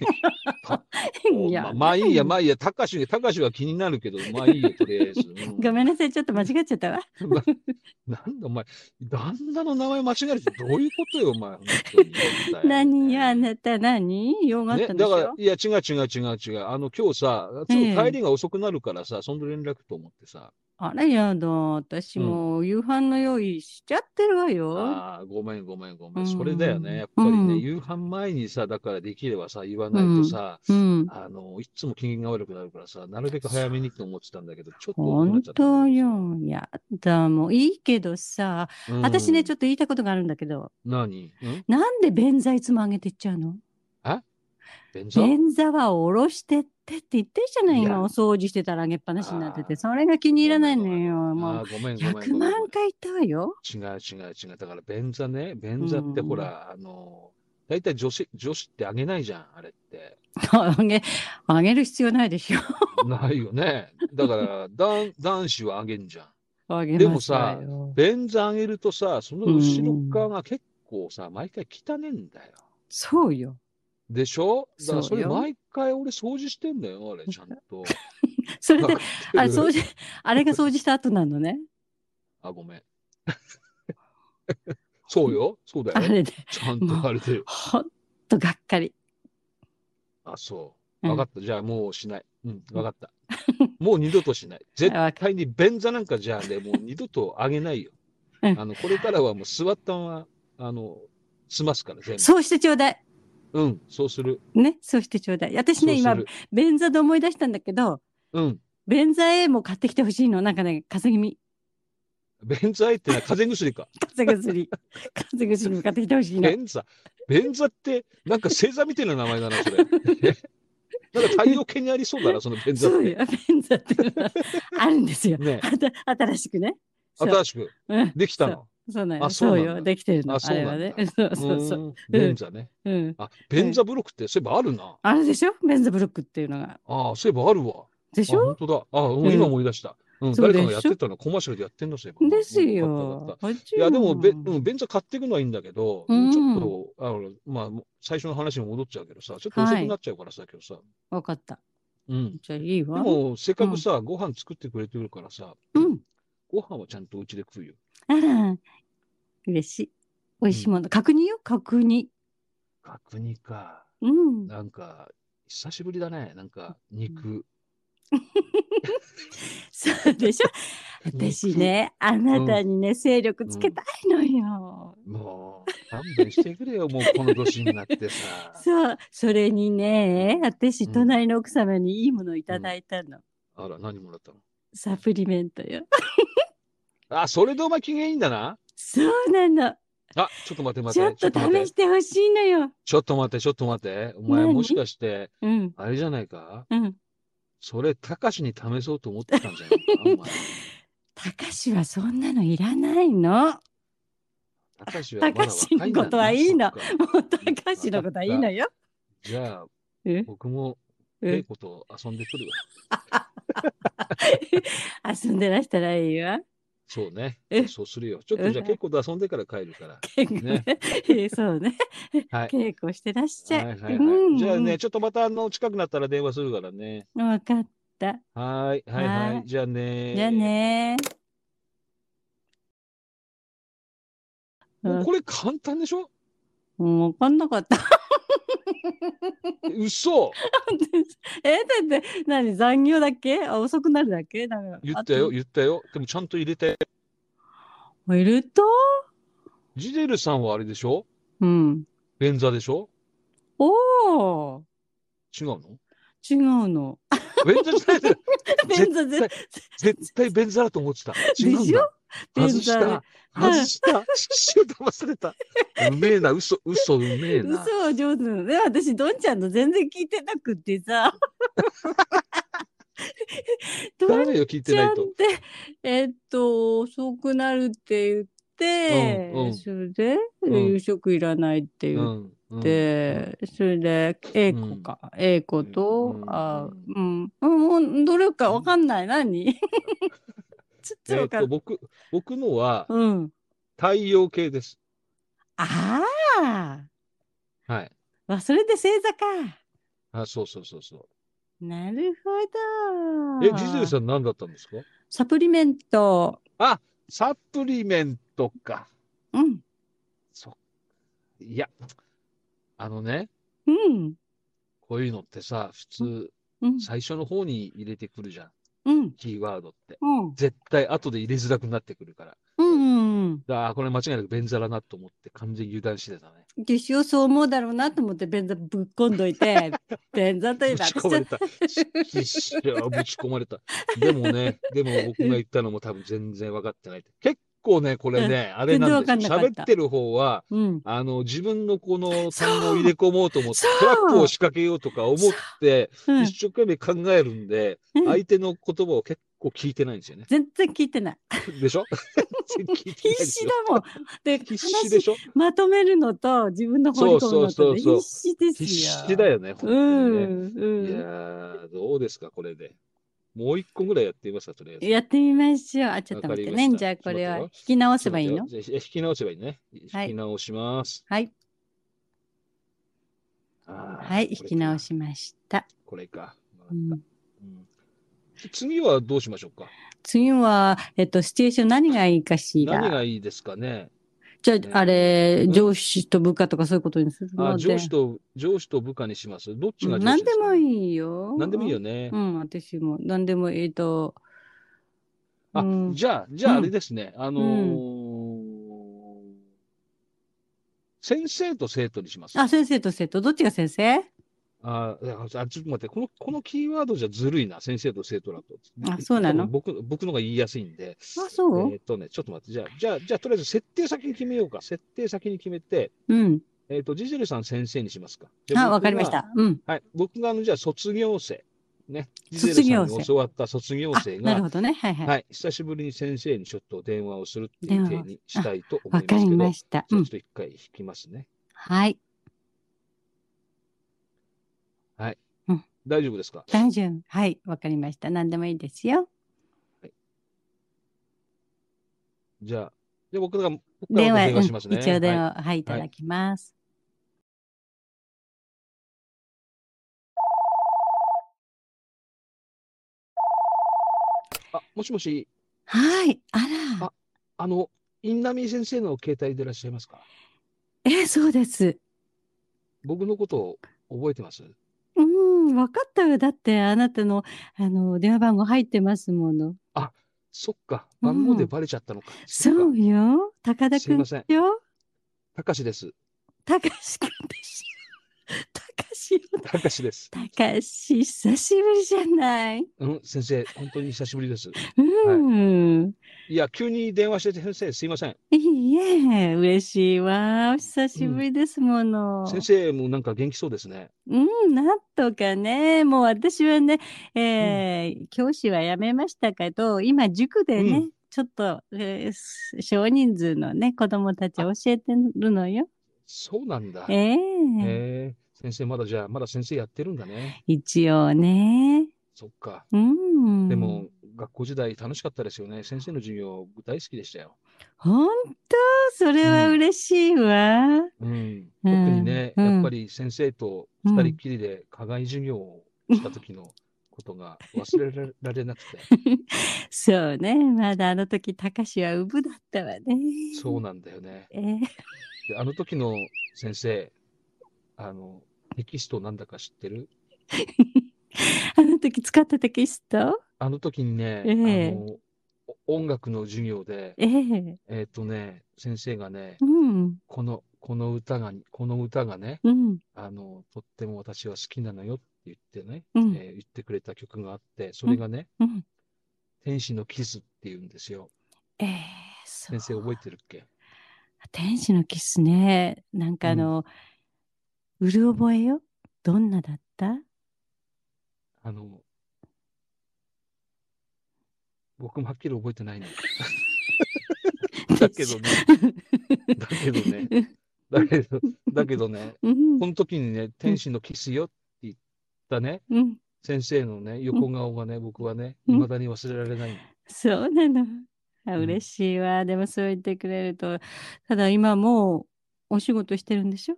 Speaker 2: い
Speaker 1: まあまあ
Speaker 2: や、
Speaker 1: いいや、まあいいや、たかし、たかしは気になるけど、まあいいよ、とりあえず。うん
Speaker 2: ごめんなさい、ちょっと間違っちゃったわ。
Speaker 1: ななんだお前、旦那の名前間違えるってどういうことよ、お前。本当に
Speaker 2: 何よ、あなた何用があっ
Speaker 1: ね、
Speaker 2: たんで
Speaker 1: だ
Speaker 2: し
Speaker 1: から
Speaker 2: ょ、
Speaker 1: いや、違う違う違う違う。あの、今日さ、す
Speaker 2: え
Speaker 1: ぐ
Speaker 2: え
Speaker 1: 帰りが遅くなるからさ、その連絡と思ってさ、
Speaker 2: あらやだ、私
Speaker 1: うん
Speaker 2: もう夕飯の用意しちゃってるわよ。
Speaker 1: ああ、ごめんごめんごめ。
Speaker 2: うんん
Speaker 1: それだよね。やっぱりね、
Speaker 2: うん
Speaker 1: 夕飯前にさ、だからできればさ、言わないとさ、
Speaker 2: うん。
Speaker 1: あの、いつも機嫌が悪くなるからさ、なるべく早めにと思ってたんだけど、ちょっと遅くなっ
Speaker 2: 本
Speaker 1: ちゃった。
Speaker 2: 当。よ。やだ、もういいけどさ、
Speaker 1: うん、
Speaker 2: 私ね、ち
Speaker 1: ょっと。
Speaker 2: ょっと言いたいことがあるんだけど、
Speaker 1: 何ん
Speaker 2: なんで便座いつも上げてっちゃうの
Speaker 1: 便座
Speaker 2: 便座は下ろしてってって言ってるじゃない、
Speaker 1: いや
Speaker 2: 今お掃除してたら上げっぱなしになってて、それが気に入らないのよ。も
Speaker 1: あ
Speaker 2: う
Speaker 1: ーごめんごめん
Speaker 2: 100
Speaker 1: ごめん。
Speaker 2: 万回言ったわよ。
Speaker 1: 違う違う違う。だから、便座ね、便座って
Speaker 2: うん
Speaker 1: ほら、あの、大体女子、女子ってあげないじゃん、あれって。
Speaker 2: 上げ、上げる必要ないでしょ。
Speaker 1: ないよね。だから、男、男子はあげんじゃん。
Speaker 2: 上げ
Speaker 1: で
Speaker 2: ま
Speaker 1: も
Speaker 2: した
Speaker 1: さ
Speaker 2: よ。
Speaker 1: 便座あげるとさ、その後ろ側が結構さ、毎回汚ねえんだよ。
Speaker 2: そうよ。
Speaker 1: でしょだからそ
Speaker 2: そう
Speaker 1: れ
Speaker 2: よ
Speaker 1: 毎回俺掃除してんだよ、あ れ、ちゃんと。
Speaker 2: それで、あれ、
Speaker 1: う
Speaker 2: 掃除、あれが掃除した後なのね。
Speaker 1: あ、ごめん。 そうよ、そうだ
Speaker 2: あ
Speaker 1: よ。
Speaker 2: れで。
Speaker 1: ちゃんとあれで。
Speaker 2: ほんとがっかり。
Speaker 1: あ、そうう。
Speaker 2: ん
Speaker 1: わかった。じゃあもうしない。うん、わかった。もう二度と しない。絶
Speaker 2: わか
Speaker 1: 対に便座なんかじゃあね、もう二度とあげないよ。
Speaker 2: うん
Speaker 1: あの、これからはもう座ったまま、あの、済ますから、全
Speaker 2: そうしてちょうだい。
Speaker 1: 部。うん、そうする。
Speaker 2: ね、そうしてちょうだい。私ね、
Speaker 1: そう
Speaker 2: 今
Speaker 1: する、
Speaker 2: 便座で思い出したんだけど、
Speaker 1: うん。
Speaker 2: 便座 A も買ってきてほしいの。なんかね、風邪気味。
Speaker 1: 便座ってのは風邪薬か。
Speaker 2: 風邪 薬。風邪薬も買ってきてほしいの。
Speaker 1: 便座。便座って、なんか星座みたいな名前だな、 それ。なんか太陽系にありそうだな、その便座っ
Speaker 2: そう
Speaker 1: て
Speaker 2: よ。。便座っていうのはあるんですよ。
Speaker 1: ね
Speaker 2: あた新しくね。そう
Speaker 1: 新しく
Speaker 2: うん。
Speaker 1: できたの。
Speaker 2: そうなん
Speaker 1: あ
Speaker 2: よ。
Speaker 1: そうなん
Speaker 2: そう
Speaker 1: だ
Speaker 2: よ。できてるの。
Speaker 1: あ
Speaker 2: あ
Speaker 1: そう
Speaker 2: れ
Speaker 1: な
Speaker 2: は
Speaker 1: んだ
Speaker 2: ね。 そうそうそう。
Speaker 1: うーん便座ね。
Speaker 2: うん。
Speaker 1: あ、便座ブロックって、そういえばあるな。
Speaker 2: あれでしょ便座ブロックっていうのが。
Speaker 1: ああ、そういえばあるわ。
Speaker 2: でしょ
Speaker 1: あ、本当だ。あ、
Speaker 2: ん
Speaker 1: 今思い出した。うん、
Speaker 2: そう
Speaker 1: 誰
Speaker 2: でしょ
Speaker 1: かがやってたの、コマーシャルでやってんの、そういえば。
Speaker 2: です
Speaker 1: うんわかったわかっ
Speaker 2: よ。
Speaker 1: たいや、でも、べ、う
Speaker 2: もちろん
Speaker 1: ん、便座買っていくのはいいんだけど、
Speaker 2: うん
Speaker 1: ちょっと、あの、まあ、もう最初の話に戻っちゃうけどさ、ちょっと遅くなっちゃうからさ、今日さ。
Speaker 2: わかった。
Speaker 1: うん。
Speaker 2: じゃあいい
Speaker 1: で
Speaker 2: わ。
Speaker 1: も、せっかくさ、ご飯作ってくれてるからさ、
Speaker 2: うん。
Speaker 1: ご飯はちゃんとうちで食うよ。
Speaker 2: あら、 嬉しい。美味しいもの。角煮よ、角煮。
Speaker 1: 角煮か。
Speaker 2: うん。
Speaker 1: なんか、久しぶりだね。なんか、肉。
Speaker 2: そうで しょ私ね、あなたにね、勢力つけたいのよ。
Speaker 1: もう、勘弁してくれよ、もうこの年になって さ。
Speaker 2: そう、それにね、
Speaker 1: う
Speaker 2: 私、
Speaker 1: ん
Speaker 2: 隣の奥様にいいものをいただいたの。
Speaker 1: あら、何もらったの
Speaker 2: サプリメントよ。
Speaker 1: あ、それでお前機嫌いいんだな。
Speaker 2: そうなの。
Speaker 1: あ、ちょっと待って待
Speaker 2: ち
Speaker 1: っ
Speaker 2: ょ
Speaker 1: て。
Speaker 2: っ
Speaker 1: ちょ
Speaker 2: と
Speaker 1: っと待っ
Speaker 2: 試
Speaker 1: て。
Speaker 2: してほしいのよ。
Speaker 1: ちょっと待って、ちょっと待って。お前
Speaker 2: 何
Speaker 1: もしかして、
Speaker 2: うん。
Speaker 1: あれじゃないか
Speaker 2: うん。
Speaker 1: それ、たかしに試そうと思ってたんじゃ ないかお前。
Speaker 2: たかしはそんなのいらないの。
Speaker 1: たかしは
Speaker 2: た
Speaker 1: まだ
Speaker 2: か
Speaker 1: 若
Speaker 2: し
Speaker 1: いんだな。
Speaker 2: のことはいいの。
Speaker 1: そっか
Speaker 2: もうたかしのことはいいのよ。
Speaker 1: じゃあ、
Speaker 2: え
Speaker 1: 僕も、
Speaker 2: う
Speaker 1: ペイ
Speaker 2: ん
Speaker 1: コと遊んでくるわ。
Speaker 2: 遊んでらしたらいいわ。
Speaker 1: そうね
Speaker 2: え。
Speaker 1: そうするよ。ちょっとじゃあ、
Speaker 2: うん
Speaker 1: 結構と遊んでから帰るから。
Speaker 2: 稽古ね。 そうね。
Speaker 1: はい。
Speaker 2: 稽古してらっし
Speaker 1: はい
Speaker 2: ゃい。
Speaker 1: はいはい
Speaker 2: うん
Speaker 1: じゃあね、。ちょっとまた、あの、近くなったら電話するからね。
Speaker 2: わかった。
Speaker 1: はーい。はいはい。
Speaker 2: はい
Speaker 1: じゃあね。
Speaker 2: じゃあ。ね。
Speaker 1: もうこれ簡単でしょ
Speaker 2: うん、わかんなかった。
Speaker 1: 嘘
Speaker 2: え、だって、何、残業だっけあ遅くなるだっけなんか
Speaker 1: 言ったよ、
Speaker 2: あ
Speaker 1: 言ったよ。でもちゃんと入れて。
Speaker 2: といると
Speaker 1: ジデルさんはあれでしょ
Speaker 2: うん。
Speaker 1: 便座でしょ
Speaker 2: おー
Speaker 1: 違うの
Speaker 2: 違うの。
Speaker 1: 便座じゃない で
Speaker 2: 便座ぜ
Speaker 1: 絶対便座だと思ってた。違うん
Speaker 2: でし
Speaker 1: だ
Speaker 2: ょ。
Speaker 1: 外
Speaker 2: 便
Speaker 1: し
Speaker 2: 座で
Speaker 1: た。外した。シュッ騙された。うめえな、嘘、嘘、うめえな。
Speaker 2: 嘘を上手なのね。私、どんちゃんの全然聞いてなくってさ。 ど
Speaker 1: ダ
Speaker 2: ん
Speaker 1: メよ、聞いて
Speaker 2: ち
Speaker 1: な
Speaker 2: ゃん
Speaker 1: い
Speaker 2: っ
Speaker 1: と。
Speaker 2: て、えーっと、遅くなるって言って、
Speaker 1: うんうん
Speaker 2: それで、
Speaker 1: うん
Speaker 2: 夕食いらないって
Speaker 1: う
Speaker 2: 言っ
Speaker 1: ん。うん
Speaker 2: て、それで、A 子か、A 子と、
Speaker 1: うん
Speaker 2: あ、うん、うん、もうどれかわかんな い。何ちょっ
Speaker 1: えー
Speaker 2: と
Speaker 1: っ
Speaker 2: わか
Speaker 1: と、
Speaker 2: んない。
Speaker 1: 僕、僕のは
Speaker 2: うん。
Speaker 1: 太陽系です。
Speaker 2: あか。
Speaker 1: はい。
Speaker 2: わ、それで星座か。
Speaker 1: あ、そうそうそうそ
Speaker 2: なる
Speaker 1: う。
Speaker 2: ほど。
Speaker 1: え、ジゼルさん何だったんですか
Speaker 2: サプリメント。
Speaker 1: サプリメントか。
Speaker 2: うん。
Speaker 1: そう。いや、あのね、
Speaker 2: うん。
Speaker 1: こういうのってさ、普通、
Speaker 2: うん。
Speaker 1: 最初の方に入れてくるじゃん。
Speaker 2: うん。
Speaker 1: キーワードって。
Speaker 2: うん。
Speaker 1: 絶対後で入れづらくなってくるから。
Speaker 2: うん。
Speaker 1: だからあこれ間違いなくベンザラなと思って完全に油断してたね。
Speaker 2: でしょ、そう思うだろうなと思って、便座ぶっこんどい て、便座といえ
Speaker 1: ぶ
Speaker 2: ば、
Speaker 1: ち
Speaker 2: 私
Speaker 1: 込まれた。必死でぶち込ま れた。でもね、でも僕が言ったのも多分全然分かってない。結構ね、これね、あれなんですよ。
Speaker 2: 全然分かんなかった
Speaker 1: 喋ってる方は、
Speaker 2: うん。
Speaker 1: あの、自分のこの単語
Speaker 2: そ
Speaker 1: を
Speaker 2: う
Speaker 1: 入れ込もうと思って
Speaker 2: そう、
Speaker 1: トラップを仕掛けようとか思って、
Speaker 2: うん
Speaker 1: 一生懸命考えるんで、
Speaker 2: うん
Speaker 1: 相手の言葉を結構聞いてないんですよね。
Speaker 2: 全然聞いてない。
Speaker 1: でしょ 全然聞いてないで
Speaker 2: 必
Speaker 1: す
Speaker 2: 死
Speaker 1: よ
Speaker 2: だ。もん。で、
Speaker 1: 必死で
Speaker 2: 話
Speaker 1: しょ
Speaker 2: まとめるのと、自分の放り込むの
Speaker 1: そ
Speaker 2: と
Speaker 1: うそう
Speaker 2: で、
Speaker 1: そうそう
Speaker 2: 必死です
Speaker 1: 必
Speaker 2: よ。
Speaker 1: 死だよね、本
Speaker 2: う
Speaker 1: 当にね。
Speaker 2: ん、
Speaker 1: いや
Speaker 2: う
Speaker 1: ー、どうですか、これで。もう一個ぐらいやってみますか、とりあえず。
Speaker 2: ん。やってみましょう。あ、ちょっと待って
Speaker 1: わかりま
Speaker 2: ね。
Speaker 1: した
Speaker 2: じゃあこれは
Speaker 1: ちょ
Speaker 2: 引
Speaker 1: っと待ってよ
Speaker 2: き直せばいいの
Speaker 1: ちょっと待ってよじゃあ引き直せばいいね。引
Speaker 2: はい
Speaker 1: き直します。
Speaker 2: はい。
Speaker 1: あー
Speaker 2: はい、引き直。
Speaker 1: こ
Speaker 2: しました。
Speaker 1: れこれか。わか
Speaker 2: う
Speaker 1: った
Speaker 2: ん、
Speaker 1: うん次はどうしましょうか
Speaker 2: 次は、えっと、シチュエーション何がいいかし
Speaker 1: 何
Speaker 2: ら。
Speaker 1: がいいですかね
Speaker 2: じゃ
Speaker 1: ね
Speaker 2: あ、あれ
Speaker 1: う、ん
Speaker 2: 上司と部下とかそういうことにする
Speaker 1: あ
Speaker 2: ので。
Speaker 1: 上司と上司と部下にします。どっち
Speaker 2: う
Speaker 1: が
Speaker 2: ん
Speaker 1: 上
Speaker 2: 何
Speaker 1: 司
Speaker 2: です
Speaker 1: か
Speaker 2: もいいよ。
Speaker 1: 何でもいいよね
Speaker 2: う。ん、私も。何でもいいと。
Speaker 1: あ
Speaker 2: う、ん
Speaker 1: じゃあ、じゃあ
Speaker 2: うん
Speaker 1: あれですね。あのー、先生と生徒にします。
Speaker 2: あ、先生と生徒。どっちが先生
Speaker 1: あー、あちょっと待って、この、このキーワードじゃずるいな、先生と生徒だと。
Speaker 2: あそうなの
Speaker 1: 多分僕、僕のが言いやすいんで。
Speaker 2: あ、そう
Speaker 1: えっとね、ちょっと待って、じゃあ、じゃあ、じゃあ、とりあえず設定先に決めようか。設定先に決めて、
Speaker 2: うん。
Speaker 1: えっと、ジゼルさん先生にしますか。で
Speaker 2: あ、わかりまし。
Speaker 1: 僕
Speaker 2: た。うん。
Speaker 1: がはい、僕があの、じゃあ、卒業生。ね。ジゼル
Speaker 2: 卒
Speaker 1: さ
Speaker 2: 業生
Speaker 1: んに教わった卒業
Speaker 2: あ
Speaker 1: 生、
Speaker 2: な
Speaker 1: が
Speaker 2: る、ほどね。はいはい。
Speaker 1: はい、久しぶりに先生にちょっと電話をするっていう
Speaker 2: 電
Speaker 1: 体
Speaker 2: 話を
Speaker 1: にしたいと思
Speaker 2: わ
Speaker 1: い
Speaker 2: か
Speaker 1: ます
Speaker 2: り
Speaker 1: けど、
Speaker 2: ま
Speaker 1: じ
Speaker 2: した。
Speaker 1: ゃ
Speaker 2: う
Speaker 1: あちょ
Speaker 2: ん
Speaker 1: っ。と一回引きますね。
Speaker 2: はい。
Speaker 1: 大丈夫ですか
Speaker 2: 大丈夫。はい。わかりました。何でもいいですよ。
Speaker 1: じゃあ、じゃあ僕が、僕から
Speaker 2: 電話、
Speaker 1: 電
Speaker 2: うん
Speaker 1: 話しますね。
Speaker 2: 一応電
Speaker 1: はい
Speaker 2: 話、はい、いただきます。
Speaker 1: あ、もしもし、
Speaker 2: はい。あら。
Speaker 1: あの、インナミ先生の携帯でいらっしゃいますか
Speaker 2: え、そうです。
Speaker 1: 僕のことを覚えてます
Speaker 2: うん、わかったよ。だって、あなたの、あの、電話番号入ってますもの。
Speaker 1: そっか、番号でバレちゃったのか。そっか
Speaker 2: そうよ。高田
Speaker 1: すい
Speaker 2: くん
Speaker 1: ません。
Speaker 2: よ。
Speaker 1: たかしです。
Speaker 2: たかしくんですよ。たかしよ。
Speaker 1: たかしです。
Speaker 2: たかし、久しぶりじゃない。
Speaker 1: うん、先生、本当に久しぶりです。
Speaker 2: うん。
Speaker 1: いや、急に電話してて、先生、すいません。
Speaker 2: い、いえ、嬉しいわ。お久しぶりですもの。
Speaker 1: 先生もなんか元気そうですね。
Speaker 2: うん、なんとかね、もう私はね、えー教師は辞めましたけど、今塾でね、
Speaker 1: うん
Speaker 2: ちょっと、えーす少人数のね、子供たち教えてるのよ。
Speaker 1: そうなんだ。
Speaker 2: ええ
Speaker 1: へえ先生、まだじゃあ、まだ先生やってるんだね。
Speaker 2: 一応ね。
Speaker 1: そっか。
Speaker 2: うん。
Speaker 1: でも、、学校時代楽しかったですよね。先生の授業、大好きでしたよ。
Speaker 2: 本当それは
Speaker 1: うん
Speaker 2: 嬉しいわ。
Speaker 1: うん。特にね、
Speaker 2: うん
Speaker 1: やっぱり先生と二人っきりで課外授業をした時のことが忘れられなくて。
Speaker 2: そうね、まだあの時、たかしはうぶだったわね。
Speaker 1: そうなんだよね。
Speaker 2: えー
Speaker 1: であの時の先生、あの、テキストなんだか知ってる
Speaker 2: あの時使ったテキスト
Speaker 1: あの時にね、
Speaker 2: ええ
Speaker 1: あの、お音楽の授業で、
Speaker 2: ええ
Speaker 1: えっ、とね、先生がね、
Speaker 2: うん、
Speaker 1: この、この歌が、この歌がね、
Speaker 2: うん、
Speaker 1: あの、とっても私は好きなのよって言ってね、
Speaker 2: うん
Speaker 1: えー言ってくれた曲があって、それがね、
Speaker 2: うん。
Speaker 1: 天使のキスっていうんですよ。
Speaker 2: ええそう
Speaker 1: 先生覚えてるっけ
Speaker 2: 天使のキスね。なんかあの、うる覚えよ。どんなだった
Speaker 1: あの、僕もはっきり覚えてない の。だけどね、だけどね、だけど、だけどね、
Speaker 2: うん
Speaker 1: この時にね、天使のキスよって言ったね、
Speaker 2: うん、
Speaker 1: 先生のね、横顔がね、僕はね、
Speaker 2: うん
Speaker 1: 未だに忘れられないの。
Speaker 2: そうなの。あ
Speaker 1: うん
Speaker 2: 嬉しいわ。でもそう言ってくれると。ただ今もお仕事してるんでしょ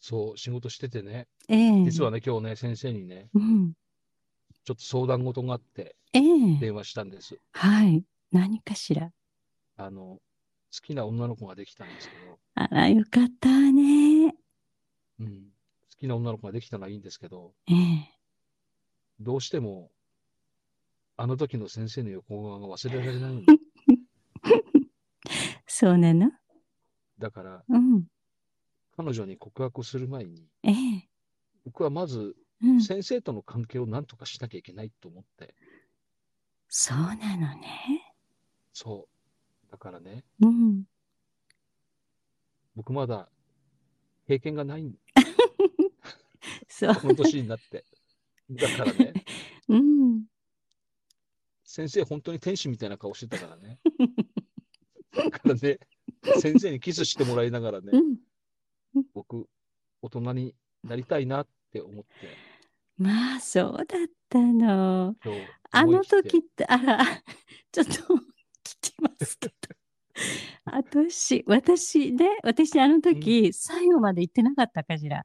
Speaker 1: そう、仕事しててね、
Speaker 2: ええ
Speaker 1: 実はね、今日ね、先生にね、
Speaker 2: うん。
Speaker 1: ちょっと相談事があって
Speaker 2: ええ
Speaker 1: 電話したんです。
Speaker 2: はい。何かしら。
Speaker 1: あの、好きな女の子ができたんですけど、
Speaker 2: あら、よかったわね。
Speaker 1: うん、好きな女の子ができたのはいいんですけど、
Speaker 2: ええ
Speaker 1: どうしても、あの時の先生の横顔が忘れられないん
Speaker 2: そうなの
Speaker 1: だから、
Speaker 2: うん。
Speaker 1: 彼女に告白する前に、
Speaker 2: ええ
Speaker 1: 僕はまず
Speaker 2: うん。
Speaker 1: 先生との関係を何とかしなきゃいけないと思って、
Speaker 2: そうなのね。
Speaker 1: そう。だからね、
Speaker 2: うん。
Speaker 1: 僕まだ経験がないん、
Speaker 2: そう。
Speaker 1: この年になって。だからね、
Speaker 2: うん。
Speaker 1: 先生本当に天使みたいな顔してたからね。だからね、先生にキスしてもらいながらね
Speaker 2: う、ん。
Speaker 1: 僕、大人になりたいなって思って、
Speaker 2: まあ、そうだったの。
Speaker 1: 今日思い切って。
Speaker 2: あの時って、あら、 ちょっと聞きま すけど。私、私ね、私、あの時、最後まで行ってなかったか しら。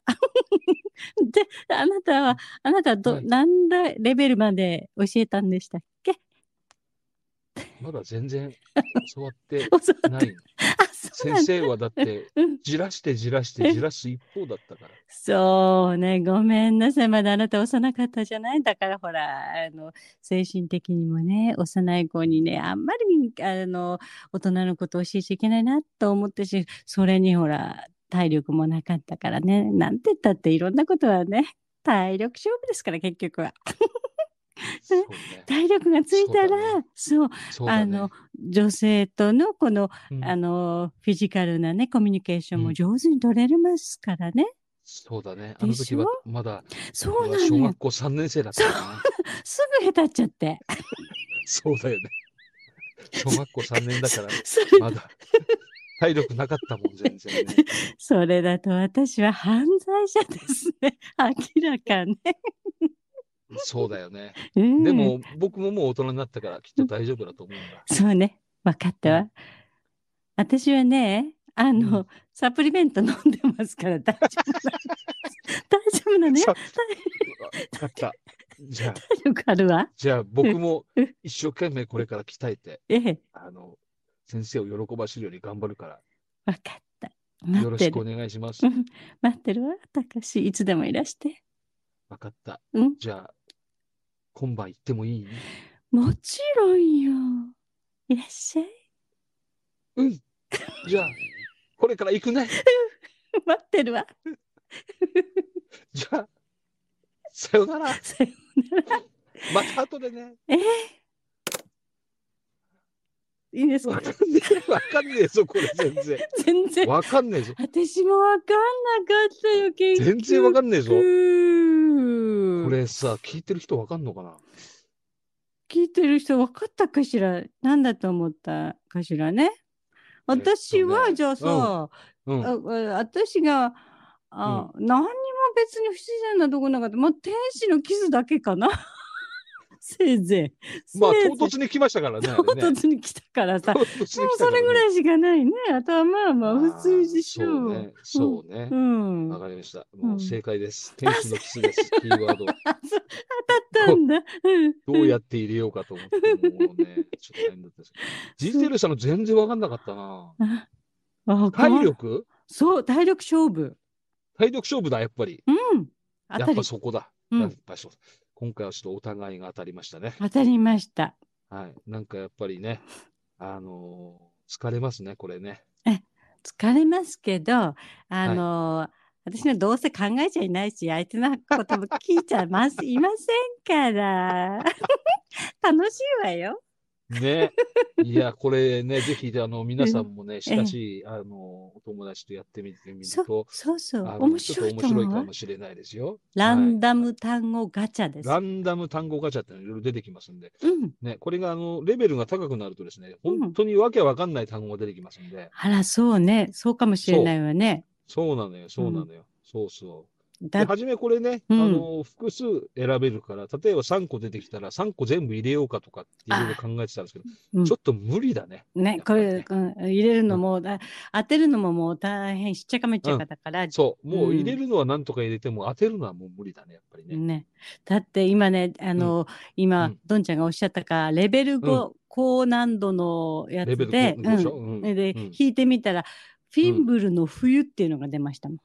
Speaker 2: で、あなたは、あなたはど、
Speaker 1: はい
Speaker 2: 何らレベルまで教えたんでしたっけ
Speaker 1: まだ全然教わって
Speaker 2: お そらく
Speaker 1: ないの。
Speaker 2: あ、そうな
Speaker 1: 先生
Speaker 2: んだ。
Speaker 1: はだって
Speaker 2: うん、
Speaker 1: じらしてじらしてじらす一方だったから。
Speaker 2: そうね、ごめんなさい。まだあなた幼かったじゃない。だからほら、あの、精神的にもね、幼い子にね、あんまり、あの、大人のことを教えちゃいけないなと思ったし、それにほら、体力もなかったからね、なんて言ったっていろんなことはね、体力勝負ですから、結局は。
Speaker 1: そうね。
Speaker 2: 体力がついたら、
Speaker 1: そうだね
Speaker 2: そう、
Speaker 1: そうだ
Speaker 2: あ
Speaker 1: ね
Speaker 2: の。、女性とのこの、
Speaker 1: うん
Speaker 2: あの、フィジカルなね、コミュニケーション
Speaker 1: う
Speaker 2: も
Speaker 1: ん
Speaker 2: 上手に取れますからね。
Speaker 1: そうだね。あの時はまだ
Speaker 2: そう
Speaker 1: 僕
Speaker 2: な
Speaker 1: は小
Speaker 2: のよ
Speaker 1: 学。校3年生だったからね。
Speaker 2: すぐ下手っちゃって。
Speaker 1: そうだよね。小学校3年だから、
Speaker 2: それ
Speaker 1: まだ体力なかったもん、全然 ね。
Speaker 2: それだと私は犯罪者ですね。 明らかね。
Speaker 1: そうだよね。
Speaker 2: うん、
Speaker 1: でも、僕ももう大人になったから、きっと大丈夫だと思うんだ。
Speaker 2: そうね。分かったわ。私はね、あの、
Speaker 1: うん
Speaker 2: サプリメント飲んでますから 大丈夫なの。大丈夫なの よ。
Speaker 1: さわかった。じゃあ、
Speaker 2: 体力あるわ。
Speaker 1: じゃあ僕も
Speaker 2: うん
Speaker 1: 一生懸命これから鍛えて、
Speaker 2: ええ、
Speaker 1: あの、先生を喜ばせるように頑張るか
Speaker 2: 分かった。
Speaker 1: ら、
Speaker 2: 待
Speaker 1: よろ
Speaker 2: っ
Speaker 1: してくお
Speaker 2: る。
Speaker 1: 願いします
Speaker 2: う。ん待ってるわ、たかし。いつでもいらして。
Speaker 1: わかった。
Speaker 2: うん
Speaker 1: じゃあ、今晩行ってもいい
Speaker 2: もちろんよ。いらっしゃい。
Speaker 1: じゃあ、これから行くね。
Speaker 2: 待ってるわ。
Speaker 1: じゃあ、さよなら。
Speaker 2: さようなら。
Speaker 1: また後でね。
Speaker 2: いいです
Speaker 1: わ
Speaker 2: か
Speaker 1: かんねえ、わかんねえぞ、これ全然。
Speaker 2: 全然。
Speaker 1: わかんねえぞ。
Speaker 2: 私もわかんなかったよ、結局。
Speaker 1: 全然わかんねえぞ。
Speaker 2: こ
Speaker 1: これさ、聞いてる人わかんのかな
Speaker 2: 聞いてる人わかったかしらなんだと思ったかしらね。私は、
Speaker 1: えっとね
Speaker 2: じゃあさ、
Speaker 1: うん。
Speaker 2: ああ私が、あ、何にも別に不自然なとこなかった。まあ、天使のキスだけかな。 せいぜい。
Speaker 1: まあ、
Speaker 2: せいぜい
Speaker 1: 唐突に来ましたからね。あ
Speaker 2: 唐
Speaker 1: れね
Speaker 2: 突に来たからさ。
Speaker 1: 唐
Speaker 2: も
Speaker 1: 突に来たからね
Speaker 2: うそれぐらいしかないね。あとはまあまあ、普通でし
Speaker 1: あ
Speaker 2: ょ
Speaker 1: ーそうね。そうね
Speaker 2: う。。ん。
Speaker 1: わ
Speaker 2: あ
Speaker 1: かりました。
Speaker 2: ん
Speaker 1: もう正解です。天使のキス です。キーワード。
Speaker 2: そう当たったんだ。うん。
Speaker 1: どうやって入れようかと思って、もうね、ちょっと大変だったんですけど。ジンゼルさんの全然わかんなかったな。
Speaker 2: あわかん
Speaker 1: 体力
Speaker 2: そう、体力勝負。
Speaker 1: 体力勝負だ、やっぱり。
Speaker 2: うん。当
Speaker 1: や
Speaker 2: た
Speaker 1: っ
Speaker 2: り
Speaker 1: ぱ、そこだ。
Speaker 2: うん
Speaker 1: やっぱそう。今回はちょっとお互いが当たりましたね。
Speaker 2: 当たりました。
Speaker 1: はい。なんかやっぱりね、あのー疲れますね、これね。
Speaker 2: 疲れますけど、あの私のどうせ考えちゃいないし、相手のことも聞いちゃいま す、いませんから。 楽しいわよ。
Speaker 1: ね。いや、これね、ぜひ、あの、皆さんもね、親しい、あの、お友達とやってみてみる
Speaker 2: そう
Speaker 1: と、
Speaker 2: そうそ
Speaker 1: あ
Speaker 2: う。
Speaker 1: の
Speaker 2: 面
Speaker 1: ちょ
Speaker 2: 白
Speaker 1: っ
Speaker 2: い
Speaker 1: と面
Speaker 2: と
Speaker 1: 白
Speaker 2: 思う
Speaker 1: いか
Speaker 2: わ
Speaker 1: も。しれないですよ。
Speaker 2: ランダ
Speaker 1: は
Speaker 2: ム単語ガチャで
Speaker 1: い。
Speaker 2: す。
Speaker 1: ランダム単語ガチャっていろいろ出てきますんで、
Speaker 2: うん。
Speaker 1: ね、これが、あの、レベルが高くなるとですね、
Speaker 2: うん
Speaker 1: 本当にわけわかんない単語が出てきますんで、
Speaker 2: あら、そうね。そうかもしれないわね。
Speaker 1: そうなのよ、そうなのよ。そうそう。
Speaker 2: だ
Speaker 1: 初めこれね、
Speaker 2: うん
Speaker 1: あの、複数選べるから、例えば3個出てきたら3個全部入れようかとかっていろいろ考えてたんですけど、
Speaker 2: うん
Speaker 1: ちょっと無理だね。
Speaker 2: ね、これ、うん入れるのも、だ当てるのももう大変しっちゃかめっちゃかだから、
Speaker 1: そう。もう
Speaker 2: うん
Speaker 1: 入れるのはなんとか入れても当てるのはもう無理だね、やっぱりね。
Speaker 2: ね。だって今ね、あの、
Speaker 1: う
Speaker 2: 今
Speaker 1: ん、
Speaker 2: どんちゃんがおっしゃったか、レベル5、高難度のや
Speaker 1: レ
Speaker 2: つ
Speaker 1: ベル
Speaker 2: で、
Speaker 1: 5でしょ、
Speaker 2: う
Speaker 1: うん
Speaker 2: ん。で、
Speaker 1: うん
Speaker 2: 弾いてみたら、フィンブルの冬っていうのが出ましたもん。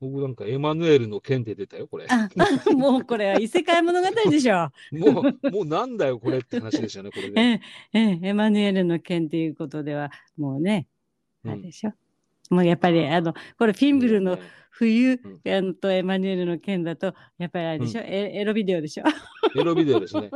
Speaker 1: 僕なんかエマヌエルの剣で出たよ、これ。
Speaker 2: あ、 もうこれは異世界物語でしょ。
Speaker 1: もう、もうなんだよ、これって話ですよね、これ
Speaker 2: え
Speaker 1: ね。
Speaker 2: え、ええ、エマニュエルの剣っていうことでは、もうね、
Speaker 1: うん
Speaker 2: あれでしょ。もうやっぱり、あの、これフィンブルの
Speaker 1: ねう
Speaker 2: 冬、
Speaker 1: ん
Speaker 2: あのとエマニュエルの剣だと、やっぱりあれでしょ、エエロビデオでしょ。
Speaker 1: エロビデオですね。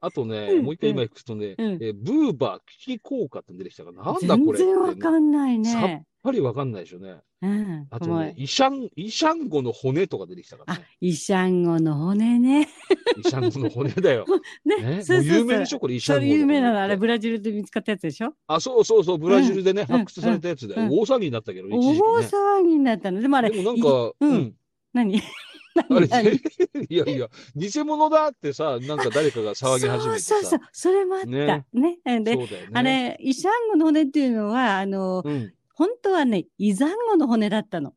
Speaker 1: あとね、
Speaker 2: うん
Speaker 1: もう一回今行くとね、
Speaker 2: うん
Speaker 1: えーブーバー危機効果って出てきたから、なんだ
Speaker 2: 全
Speaker 1: これって、
Speaker 2: 然わ
Speaker 1: やっ
Speaker 2: かんない
Speaker 1: さ
Speaker 2: ね。
Speaker 1: ぱりわかんないでしょうね。
Speaker 2: うん、
Speaker 1: あ
Speaker 2: も
Speaker 1: と
Speaker 2: う
Speaker 1: ね、イシャン、イシャンゴの骨とか出てきたから
Speaker 2: あ
Speaker 1: ね。、
Speaker 2: イシャンゴの骨ね。
Speaker 1: イシャンゴの骨 だよ。ね
Speaker 2: ね、、
Speaker 1: も
Speaker 2: そううそう
Speaker 1: 有名
Speaker 2: そう
Speaker 1: でし。ょ、これ、イシャ
Speaker 2: そ
Speaker 1: ンゴの骨っ
Speaker 2: れ
Speaker 1: て。
Speaker 2: 有名なの、あれブラジルで見つかったやつでしょ
Speaker 1: あ、そうそうそう、ブラジルでね、
Speaker 2: うん
Speaker 1: 発掘されたやつで、
Speaker 2: うん
Speaker 1: 大騒ぎになったけど、一
Speaker 2: 大
Speaker 1: 時期ね。
Speaker 2: 騒ぎになったの。でもあれ、
Speaker 1: でもなん
Speaker 2: い
Speaker 1: か、
Speaker 2: うん
Speaker 1: うん。
Speaker 2: 何
Speaker 1: あれ、
Speaker 2: 何何
Speaker 1: いやいや、偽物だってさ、なんか誰かが騒ぎ始めてさ。
Speaker 2: そうそうそう、それもあった。ね
Speaker 1: ね。
Speaker 2: で、
Speaker 1: そうだよね。
Speaker 2: あれ、イシャンゴの骨っていうのは、あの、
Speaker 1: うん。
Speaker 2: 本当はね、イザンゴの骨だったの。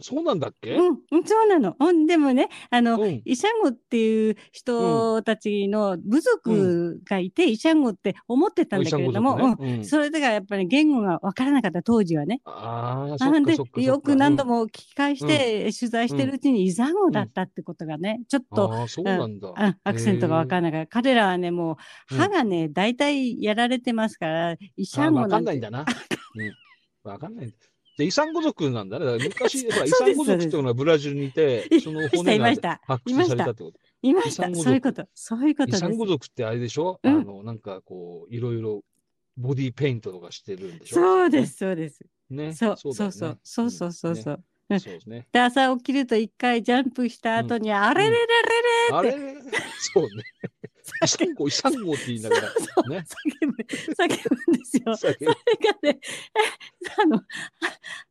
Speaker 1: そうなんだっけ
Speaker 2: うん、うんそうなの。うん、でもね、あの、
Speaker 1: うん。
Speaker 2: イシャンゴっていう人たちの部族がいて、イシャンゴって思ってたんだけれども、
Speaker 1: お医者のことねう
Speaker 2: うんん、それだからやっぱり言語がわからなかった当時はね。
Speaker 1: ああ、そっ
Speaker 2: なん
Speaker 1: か
Speaker 2: で
Speaker 1: そっかそっか。
Speaker 2: よく何度も聞き返して、取材してるうちにイザンゴだったってことがね、ちょっ
Speaker 1: うん、
Speaker 2: と、
Speaker 1: ああ、そうなんだ。
Speaker 2: あアクセントがわから
Speaker 1: ない。
Speaker 2: なかった。彼らはね、も
Speaker 1: う
Speaker 2: う、
Speaker 1: ん
Speaker 2: 歯がね、大体やられてますから、イシ
Speaker 1: あ
Speaker 2: ャ
Speaker 1: あ、
Speaker 2: ンゴ
Speaker 1: わか
Speaker 2: なんん
Speaker 1: ないん
Speaker 2: て。
Speaker 1: だな。うん。わかんないんだ。で、遺産語族なんだね。だから昔、ほら、遺
Speaker 2: そうで
Speaker 1: 産
Speaker 2: す
Speaker 1: 語族っていうのはブラジルにいて、その骨
Speaker 2: いま
Speaker 1: が
Speaker 2: した
Speaker 1: 発
Speaker 2: いま
Speaker 1: 掘
Speaker 2: し
Speaker 1: され
Speaker 2: た
Speaker 1: たってこと。
Speaker 2: いまし
Speaker 1: イサ
Speaker 2: た
Speaker 1: ン。ゴ族
Speaker 2: そういうこと。そういうこと
Speaker 1: 遺
Speaker 2: です。
Speaker 1: 産語族ってあれでしょあ
Speaker 2: うん
Speaker 1: の、なんかこう、いろいろボディーペイントとかしてるんでしょ
Speaker 2: そうで。す、そうです。
Speaker 1: ね。
Speaker 2: そう、
Speaker 1: そ
Speaker 2: そう
Speaker 1: うだよ
Speaker 2: そう、
Speaker 1: ね
Speaker 2: そうそうそうそう。
Speaker 1: ねそうですね。
Speaker 2: で、朝起きると一回ジャンプした後に、あれれれれ
Speaker 1: あれ そうね。遺産語、遺産語って言いながら
Speaker 2: そう、
Speaker 1: ね。
Speaker 2: 叫ぶ、叫ぶんですよ。そ
Speaker 1: 叫ぶ
Speaker 2: れがね、 あの、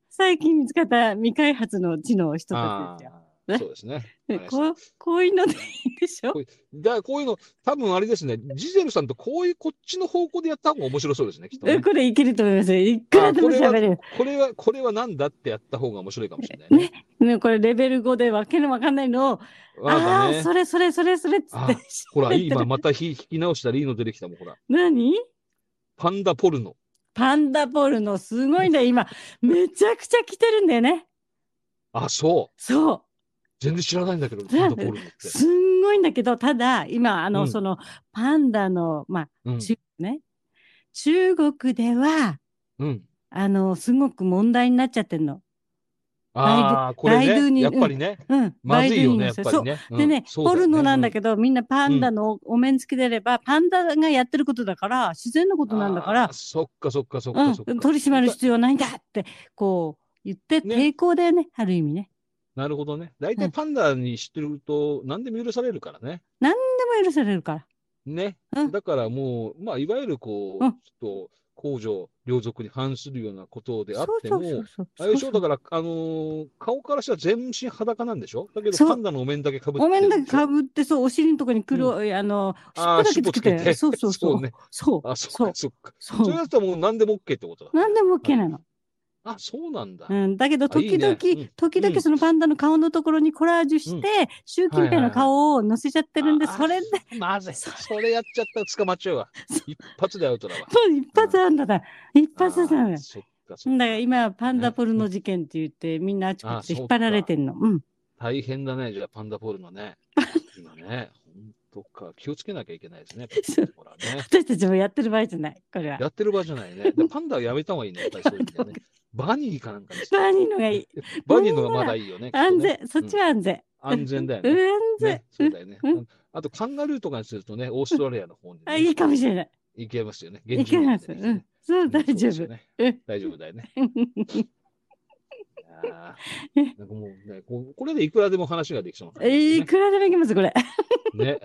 Speaker 2: 最近見つかった未開発の知能人た
Speaker 1: あ
Speaker 2: ちですよ。
Speaker 1: あ、そうですね。わかりました
Speaker 2: こう、こういうのでいいでしょ
Speaker 1: こだこういうの、多分あれですね、ジゼルさんとこういう、こっちの方向でやった方が面白そうですね、きっとね、
Speaker 2: えこれいけると思いますよ。いくらでも喋れる。
Speaker 1: これは、これはなんだってやった方が面白いかもしれないね。
Speaker 2: ねね、これレベル5でわけのわかんないのを、
Speaker 1: なん
Speaker 2: あ
Speaker 1: か
Speaker 2: あー、
Speaker 1: ね。
Speaker 2: それそれそれそれっつっ
Speaker 1: あ
Speaker 2: て
Speaker 1: ー。ほら、今またひ引き直したらいいの出てきたもん、ほら。
Speaker 2: 何
Speaker 1: パンダポルノ。
Speaker 2: パンダポルノ、すごいね、今。めちゃくちゃ来てるんだよね。
Speaker 1: あ、そう。
Speaker 2: そう。
Speaker 1: 全然知らないんだけど、
Speaker 2: そう
Speaker 1: パ
Speaker 2: な
Speaker 1: ン
Speaker 2: ん
Speaker 1: ダ
Speaker 2: だ
Speaker 1: ポルノって。
Speaker 2: すんごいんだけど、ただ、今、あの、
Speaker 1: うん
Speaker 2: その、パンダの、ま
Speaker 1: う
Speaker 2: あ、
Speaker 1: ん。
Speaker 2: 中国ね。中国では、
Speaker 1: うん、
Speaker 2: あの、すごく問題になっちゃってんの。
Speaker 1: ああ、これ
Speaker 2: ライド
Speaker 1: ね。
Speaker 2: に
Speaker 1: やっぱりね。
Speaker 2: うん。
Speaker 1: まずいよね、
Speaker 2: バ
Speaker 1: や
Speaker 2: イ
Speaker 1: っ
Speaker 2: ドゥイン
Speaker 1: ぱ
Speaker 2: グそ
Speaker 1: り
Speaker 2: う
Speaker 1: ね。
Speaker 2: でね、ポルノなんだけ
Speaker 1: ど。
Speaker 2: ど、みんなパンダのお面つけてれば、パンダがやってることだから、自然のことなんだか
Speaker 1: あ
Speaker 2: ら
Speaker 1: ー、そっかそっかそっ
Speaker 2: う
Speaker 1: か
Speaker 2: ん
Speaker 1: そっか。、
Speaker 2: 取り締まる必要はないんだって、こう、言って
Speaker 1: ね
Speaker 2: 抵抗だよね、ある意味ね。
Speaker 1: なるほどね。大体
Speaker 2: うん
Speaker 1: パンダにしてると何でも許されるからね。
Speaker 2: でも許されるから。
Speaker 1: ね
Speaker 2: うん。
Speaker 1: だからもう、まあ、いわゆるこう、
Speaker 2: うん
Speaker 1: ちょっと、公序良俗に反するようなことであ
Speaker 2: そ
Speaker 1: っ
Speaker 2: う
Speaker 1: て
Speaker 2: そ
Speaker 1: も、
Speaker 2: うそうそう。
Speaker 1: あれでしょ
Speaker 2: そう
Speaker 1: だ
Speaker 2: そう
Speaker 1: から、あのー顔からしたら全身裸なんでしょだけど、
Speaker 2: そう
Speaker 1: パンダのお面だけ被ってる
Speaker 2: お面だけ
Speaker 1: っ
Speaker 2: かぶって、そう、お尻のとこに黒い、あの、
Speaker 1: あー
Speaker 2: 尻尾だけつけ
Speaker 1: 尻尾つけて
Speaker 2: て、そうそうそ
Speaker 1: そう
Speaker 2: う
Speaker 1: ね。
Speaker 2: そう。
Speaker 1: あ、そっか、そっか。
Speaker 2: そう
Speaker 1: それだったらもう何でも OK ってことだ。
Speaker 2: なんでも OK なの。
Speaker 1: あ、そうなんだ。
Speaker 2: うん、だけど、
Speaker 1: あいいね
Speaker 2: 時々、
Speaker 1: うん
Speaker 2: 時
Speaker 1: う
Speaker 2: 々
Speaker 1: ん
Speaker 2: そのパンダの顔のところにコラージュして、
Speaker 1: うん
Speaker 2: 習近平の顔を乗せちゃってるんで、
Speaker 1: あー
Speaker 2: それで、
Speaker 1: まずい。それやっちゃったら捕まっちゃう わ。一発でアウトだわ。
Speaker 2: そう一発あんだな。一発あんだな。
Speaker 1: あー
Speaker 2: だ
Speaker 1: そっか、そっ
Speaker 2: から
Speaker 1: か。
Speaker 2: 今、パンダポルノ事件って言って、みんなあちこちで
Speaker 1: あー
Speaker 2: 引っ張られてんの。うん。
Speaker 1: 大変だね、じゃあパンダポールの ね。今ね、本当か。気をつけなきゃいけないですね。
Speaker 2: そう
Speaker 1: ほらね。
Speaker 2: 私たちもやってる場合じゃない。これは。
Speaker 1: やってる場合じゃないね。でパンダはやめた方がいいね。やっぱりそういう意味ではね。バニーかなんかです。
Speaker 2: バニーのがいい。
Speaker 1: バニーのがまだいいよね。
Speaker 2: 安
Speaker 1: きっとね
Speaker 2: 全。そっちは安全。
Speaker 1: 安全だよ
Speaker 2: うん
Speaker 1: ね。
Speaker 2: 安全。
Speaker 1: ね、そうだよね
Speaker 2: うんうん。
Speaker 1: あと、カンガルーとかにするとね、オーストラリアの方にね、
Speaker 2: あ、いいかもしれない。
Speaker 1: 行けますよね。
Speaker 2: いけます。
Speaker 1: 現地
Speaker 2: う
Speaker 1: にね
Speaker 2: ん。そう、
Speaker 1: うん
Speaker 2: 大
Speaker 1: そう
Speaker 2: 丈
Speaker 1: です
Speaker 2: 夫
Speaker 1: よ。ね
Speaker 2: うん
Speaker 1: 大丈夫だよ ね。いやーなんかもうね、こうこれでいくらでも話ができそうな感じですね
Speaker 2: いくらでもいきます、これ。
Speaker 1: ね。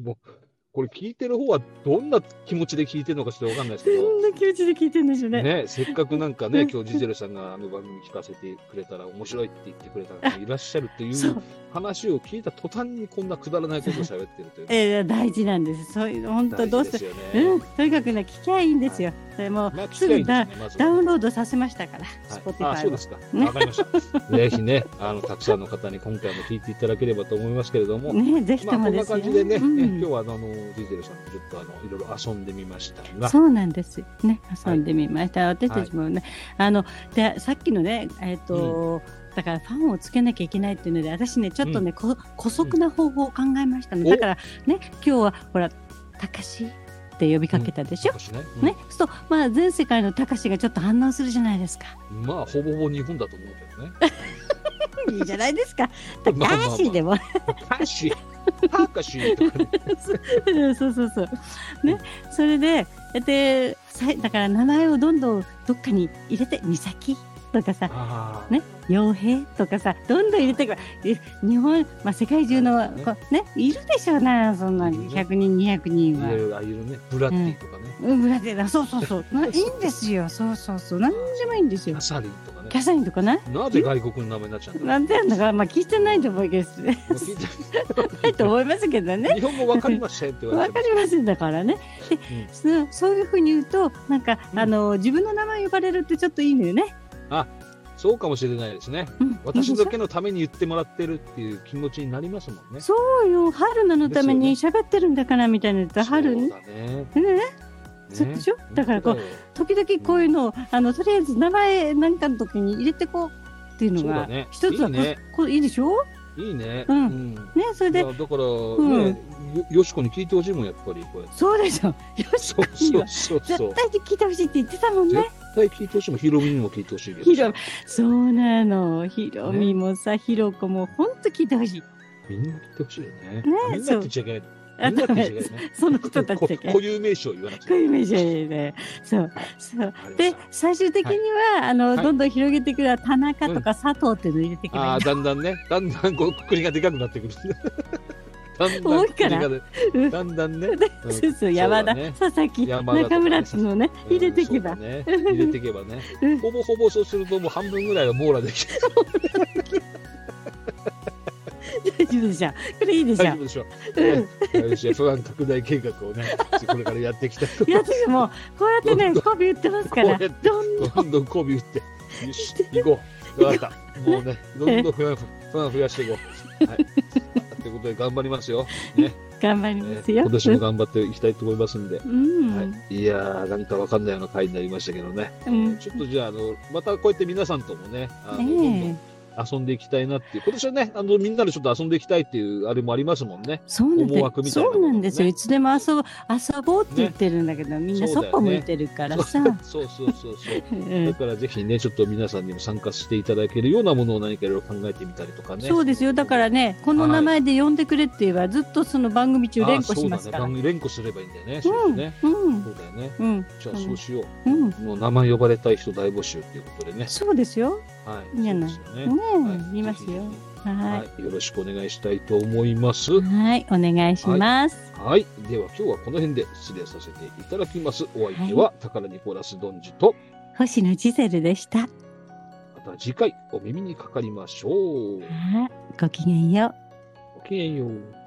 Speaker 1: もう、これ聞いてる方はどんな気持ちで聞いてるのかちょっとわかんない ですけ
Speaker 2: ど
Speaker 1: ど、
Speaker 2: んな気持ちで聞いてるんでしょうね。
Speaker 1: ね、せっかくなんかね、今日ジゼルさんがあの番組聞かせてくれたら面白いって言ってくれた方がいらっしゃるってい
Speaker 2: そうう。
Speaker 1: 話を聞いた途端にこんなくだらないことを喋ってるというね。
Speaker 2: えー、大事なんです。そういう、本当どう
Speaker 1: 大事で
Speaker 2: す
Speaker 1: すよね。
Speaker 2: うん、とにかくね、聞きゃいいんですよ。それもう
Speaker 1: まあ、聞き
Speaker 2: す
Speaker 1: たい
Speaker 2: ぐ
Speaker 1: んです
Speaker 2: ダ,、
Speaker 1: ね、まずは
Speaker 2: ダウンロードさせましたから、Spotify
Speaker 1: はい、あそうですか。わかりま した。ぜひね、あの、たくさんの方に今回も聞いていただければと思いますけれども、
Speaker 2: をね、ぜひ
Speaker 1: まあ、こ
Speaker 2: とも
Speaker 1: ん
Speaker 2: で
Speaker 1: な
Speaker 2: すよ。
Speaker 1: 感じでね、
Speaker 2: うん
Speaker 1: え今日はあの、ジゼルさんとちょっとあの、いろいろ遊んでみましたが、
Speaker 2: そうなんですよね遊んでみました、私たちもね、あのでさっきのねえっ、と、だからファンをつけなきゃいけないっていうので私ねちょっとね、こ姑息な方法を考えましたね、
Speaker 1: お
Speaker 2: だからね今日はほら「たかし」って呼びかけたでしょ、
Speaker 1: 少しね。
Speaker 2: ね、そうすると、まあ、全世界のたかしがちょっと反応するじゃな いですか。
Speaker 1: うんまあ、ほぼほぼ日本だと思うけどね。
Speaker 2: いいじゃないですか。
Speaker 1: ま
Speaker 2: た
Speaker 1: あまあまあ
Speaker 2: かしでも。
Speaker 1: パーシー、 パーカシーと かね。
Speaker 2: そうそうそう。ね、それで、で、さいだから名前をどんどんどっかに入れて、美咲とかさ、
Speaker 1: あー
Speaker 2: ね傭兵とかさどんどん入れてくるえ日本、まあ、世界中の
Speaker 1: ね
Speaker 2: こうねいるでしょうなそんない
Speaker 1: るね
Speaker 2: 100人200
Speaker 1: い
Speaker 2: 人
Speaker 1: ろ
Speaker 2: は。
Speaker 1: いろああいうね、ブラッディとかね、
Speaker 2: うん、ブラゼラそうそう そうないいんですよそうそうそう何でもいいんです
Speaker 1: キ
Speaker 2: よ
Speaker 1: ャサリンとかね
Speaker 2: キ。ャサリンとかな
Speaker 1: なぜ外国の名前になっちゃうんだ
Speaker 2: な
Speaker 1: ろ
Speaker 2: んてやんだからまあ聞いてないと思うけど
Speaker 1: う 聞いて
Speaker 2: ないと思いますけどね
Speaker 1: 日本語わかりましたよって言わ
Speaker 2: わ
Speaker 1: れて
Speaker 2: か
Speaker 1: ます
Speaker 2: りませんだからねで、そそういうふうに言うとなんか、
Speaker 1: うん
Speaker 2: あの自分の名前呼ばれるってちょっといいのよね、
Speaker 1: そうかもしれないですね。
Speaker 2: うん、
Speaker 1: 私だけのために言ってもらってるっていう気持ちになりますもんね。
Speaker 2: そうよ春菜のために喋ってるんだからみたいな言ったら春
Speaker 1: そう
Speaker 2: ね
Speaker 1: だね。
Speaker 2: ねそう
Speaker 1: ね
Speaker 2: でしょだからこう
Speaker 1: 本
Speaker 2: 時々こういうのをあのとりあえず名前なんかの時に入れてこうっていうの
Speaker 1: そうだ
Speaker 2: が
Speaker 1: ね
Speaker 2: 一つは
Speaker 1: い
Speaker 2: こ
Speaker 1: いね
Speaker 2: こいいでしょ
Speaker 1: 当だよいいね。
Speaker 2: うん
Speaker 1: ん
Speaker 2: ねそれ
Speaker 1: いや
Speaker 2: で
Speaker 1: だから、
Speaker 2: ん
Speaker 1: ね、よよしこに聞いてほしいもん、やっぱり、これ。
Speaker 2: そうでしょよ
Speaker 1: そ
Speaker 2: し
Speaker 1: う
Speaker 2: こに
Speaker 1: そう
Speaker 2: は
Speaker 1: そうそう。
Speaker 2: 絶対に聞いてほしいって言ってたもんね
Speaker 1: 絶対聞いてほしいもん、ヒロミにも聞いてほしいけど。
Speaker 2: ヒロそうなのひろみもさひろこもほんと聞いてほしい
Speaker 1: みんな聞いてほしいよね。ねみんな
Speaker 2: そ
Speaker 1: って言
Speaker 2: う
Speaker 1: っちゃいけない。
Speaker 2: あ
Speaker 1: みんな
Speaker 2: と
Speaker 1: って言っちゃいけないね。
Speaker 2: その人たちだけ
Speaker 1: こ固有名詞を言わなく
Speaker 2: こう
Speaker 1: て
Speaker 2: いうイメージでそうそう
Speaker 1: ありまし
Speaker 2: で
Speaker 1: た
Speaker 2: 最終的には、あの
Speaker 1: はい
Speaker 2: どんどん広げていくのは田中とか佐藤っていうのを入れていけばいい
Speaker 1: ああ、だんだんね、だんだんこう国がでかくなってく る。だんだ
Speaker 2: 多
Speaker 1: ん
Speaker 2: いか
Speaker 1: 国
Speaker 2: ら
Speaker 1: がで、
Speaker 2: うん
Speaker 1: だんだんね。うん
Speaker 2: そうそう山
Speaker 1: そ
Speaker 2: 田、
Speaker 1: うだね
Speaker 2: 佐々木
Speaker 1: 山田とか
Speaker 2: 中村っていうのをね 入れていけば
Speaker 1: うんそうだね、入れていけばね
Speaker 2: うん。
Speaker 1: ほぼほぼそうするともう半分ぐらいは網羅できる。
Speaker 2: 大丈夫でしょこれいいでし
Speaker 1: 大
Speaker 2: ょ
Speaker 1: 丈夫でしょ
Speaker 2: うん
Speaker 1: う。よし、不安拡大計画を ね、これからやっていきたいと思い
Speaker 2: いや
Speaker 1: ます。
Speaker 2: 私もこうやってね媚び売ってますから
Speaker 1: こう
Speaker 2: ど
Speaker 1: やっ
Speaker 2: ん
Speaker 1: て
Speaker 2: どん
Speaker 1: どんどん媚び打って、よし、行こう。わかった。もうね、どんどん不安、不安増やしていこう。はい。ということで頑張りますよ。
Speaker 2: 頑張り
Speaker 1: ね
Speaker 2: ますよ、
Speaker 1: 今年も頑張っていきたいと思いますんで。
Speaker 2: うん、
Speaker 1: はい、いやー、なんかわかんないような回になりましたけどね。
Speaker 2: うん
Speaker 1: ちょっとじゃあ、あの、またこうやって皆さんともね、あの、
Speaker 2: ええ
Speaker 1: どんどん遊んでいきたいなっていう、今年はね、あの、みんなでちょっと遊んでいきたいっていう、あれもありますもんね。
Speaker 2: そうなん
Speaker 1: 思惑
Speaker 2: で
Speaker 1: み
Speaker 2: す
Speaker 1: たいな
Speaker 2: そ
Speaker 1: もの
Speaker 2: う
Speaker 1: ね
Speaker 2: なんですよいつでも遊ぼう遊ぼうって言ってるんだけど、みんな
Speaker 1: そうだよ
Speaker 2: そ
Speaker 1: ね
Speaker 2: っぽ向いてるからさ、
Speaker 1: そうそうそう そう。
Speaker 2: うん
Speaker 1: だからぜひね、ちょっと皆さんにも参加していただけるようなものを何かいろいろ考えてみたりとかね。
Speaker 2: そうですよだからねこの名前で呼んでくれって言えばずっとその番組中連呼しますか
Speaker 1: あそうだ
Speaker 2: ら
Speaker 1: ね。番組連呼すればいいんだよね。そうですね。
Speaker 2: うん
Speaker 1: そうだよね。
Speaker 2: うん
Speaker 1: じゃあそうしよ
Speaker 2: う
Speaker 1: う。
Speaker 2: ん
Speaker 1: もう名前呼ばれたい人大募集っていうことでね。
Speaker 2: そうですよ
Speaker 1: はい。
Speaker 2: いいんじゃない
Speaker 1: そうです
Speaker 2: ね
Speaker 1: よね。
Speaker 2: え言いますよ
Speaker 1: は。
Speaker 2: はい
Speaker 1: よろしくお願いしたいと思います。
Speaker 2: いはいお願いします、
Speaker 1: はい。では今日はこの辺で失礼させていただきます。お相手は、宝ニコラスドンジと、
Speaker 2: 星野ジゼルでした
Speaker 1: また次回お耳にかかりましょう。
Speaker 2: あごきげんよう
Speaker 1: ごきげんよう。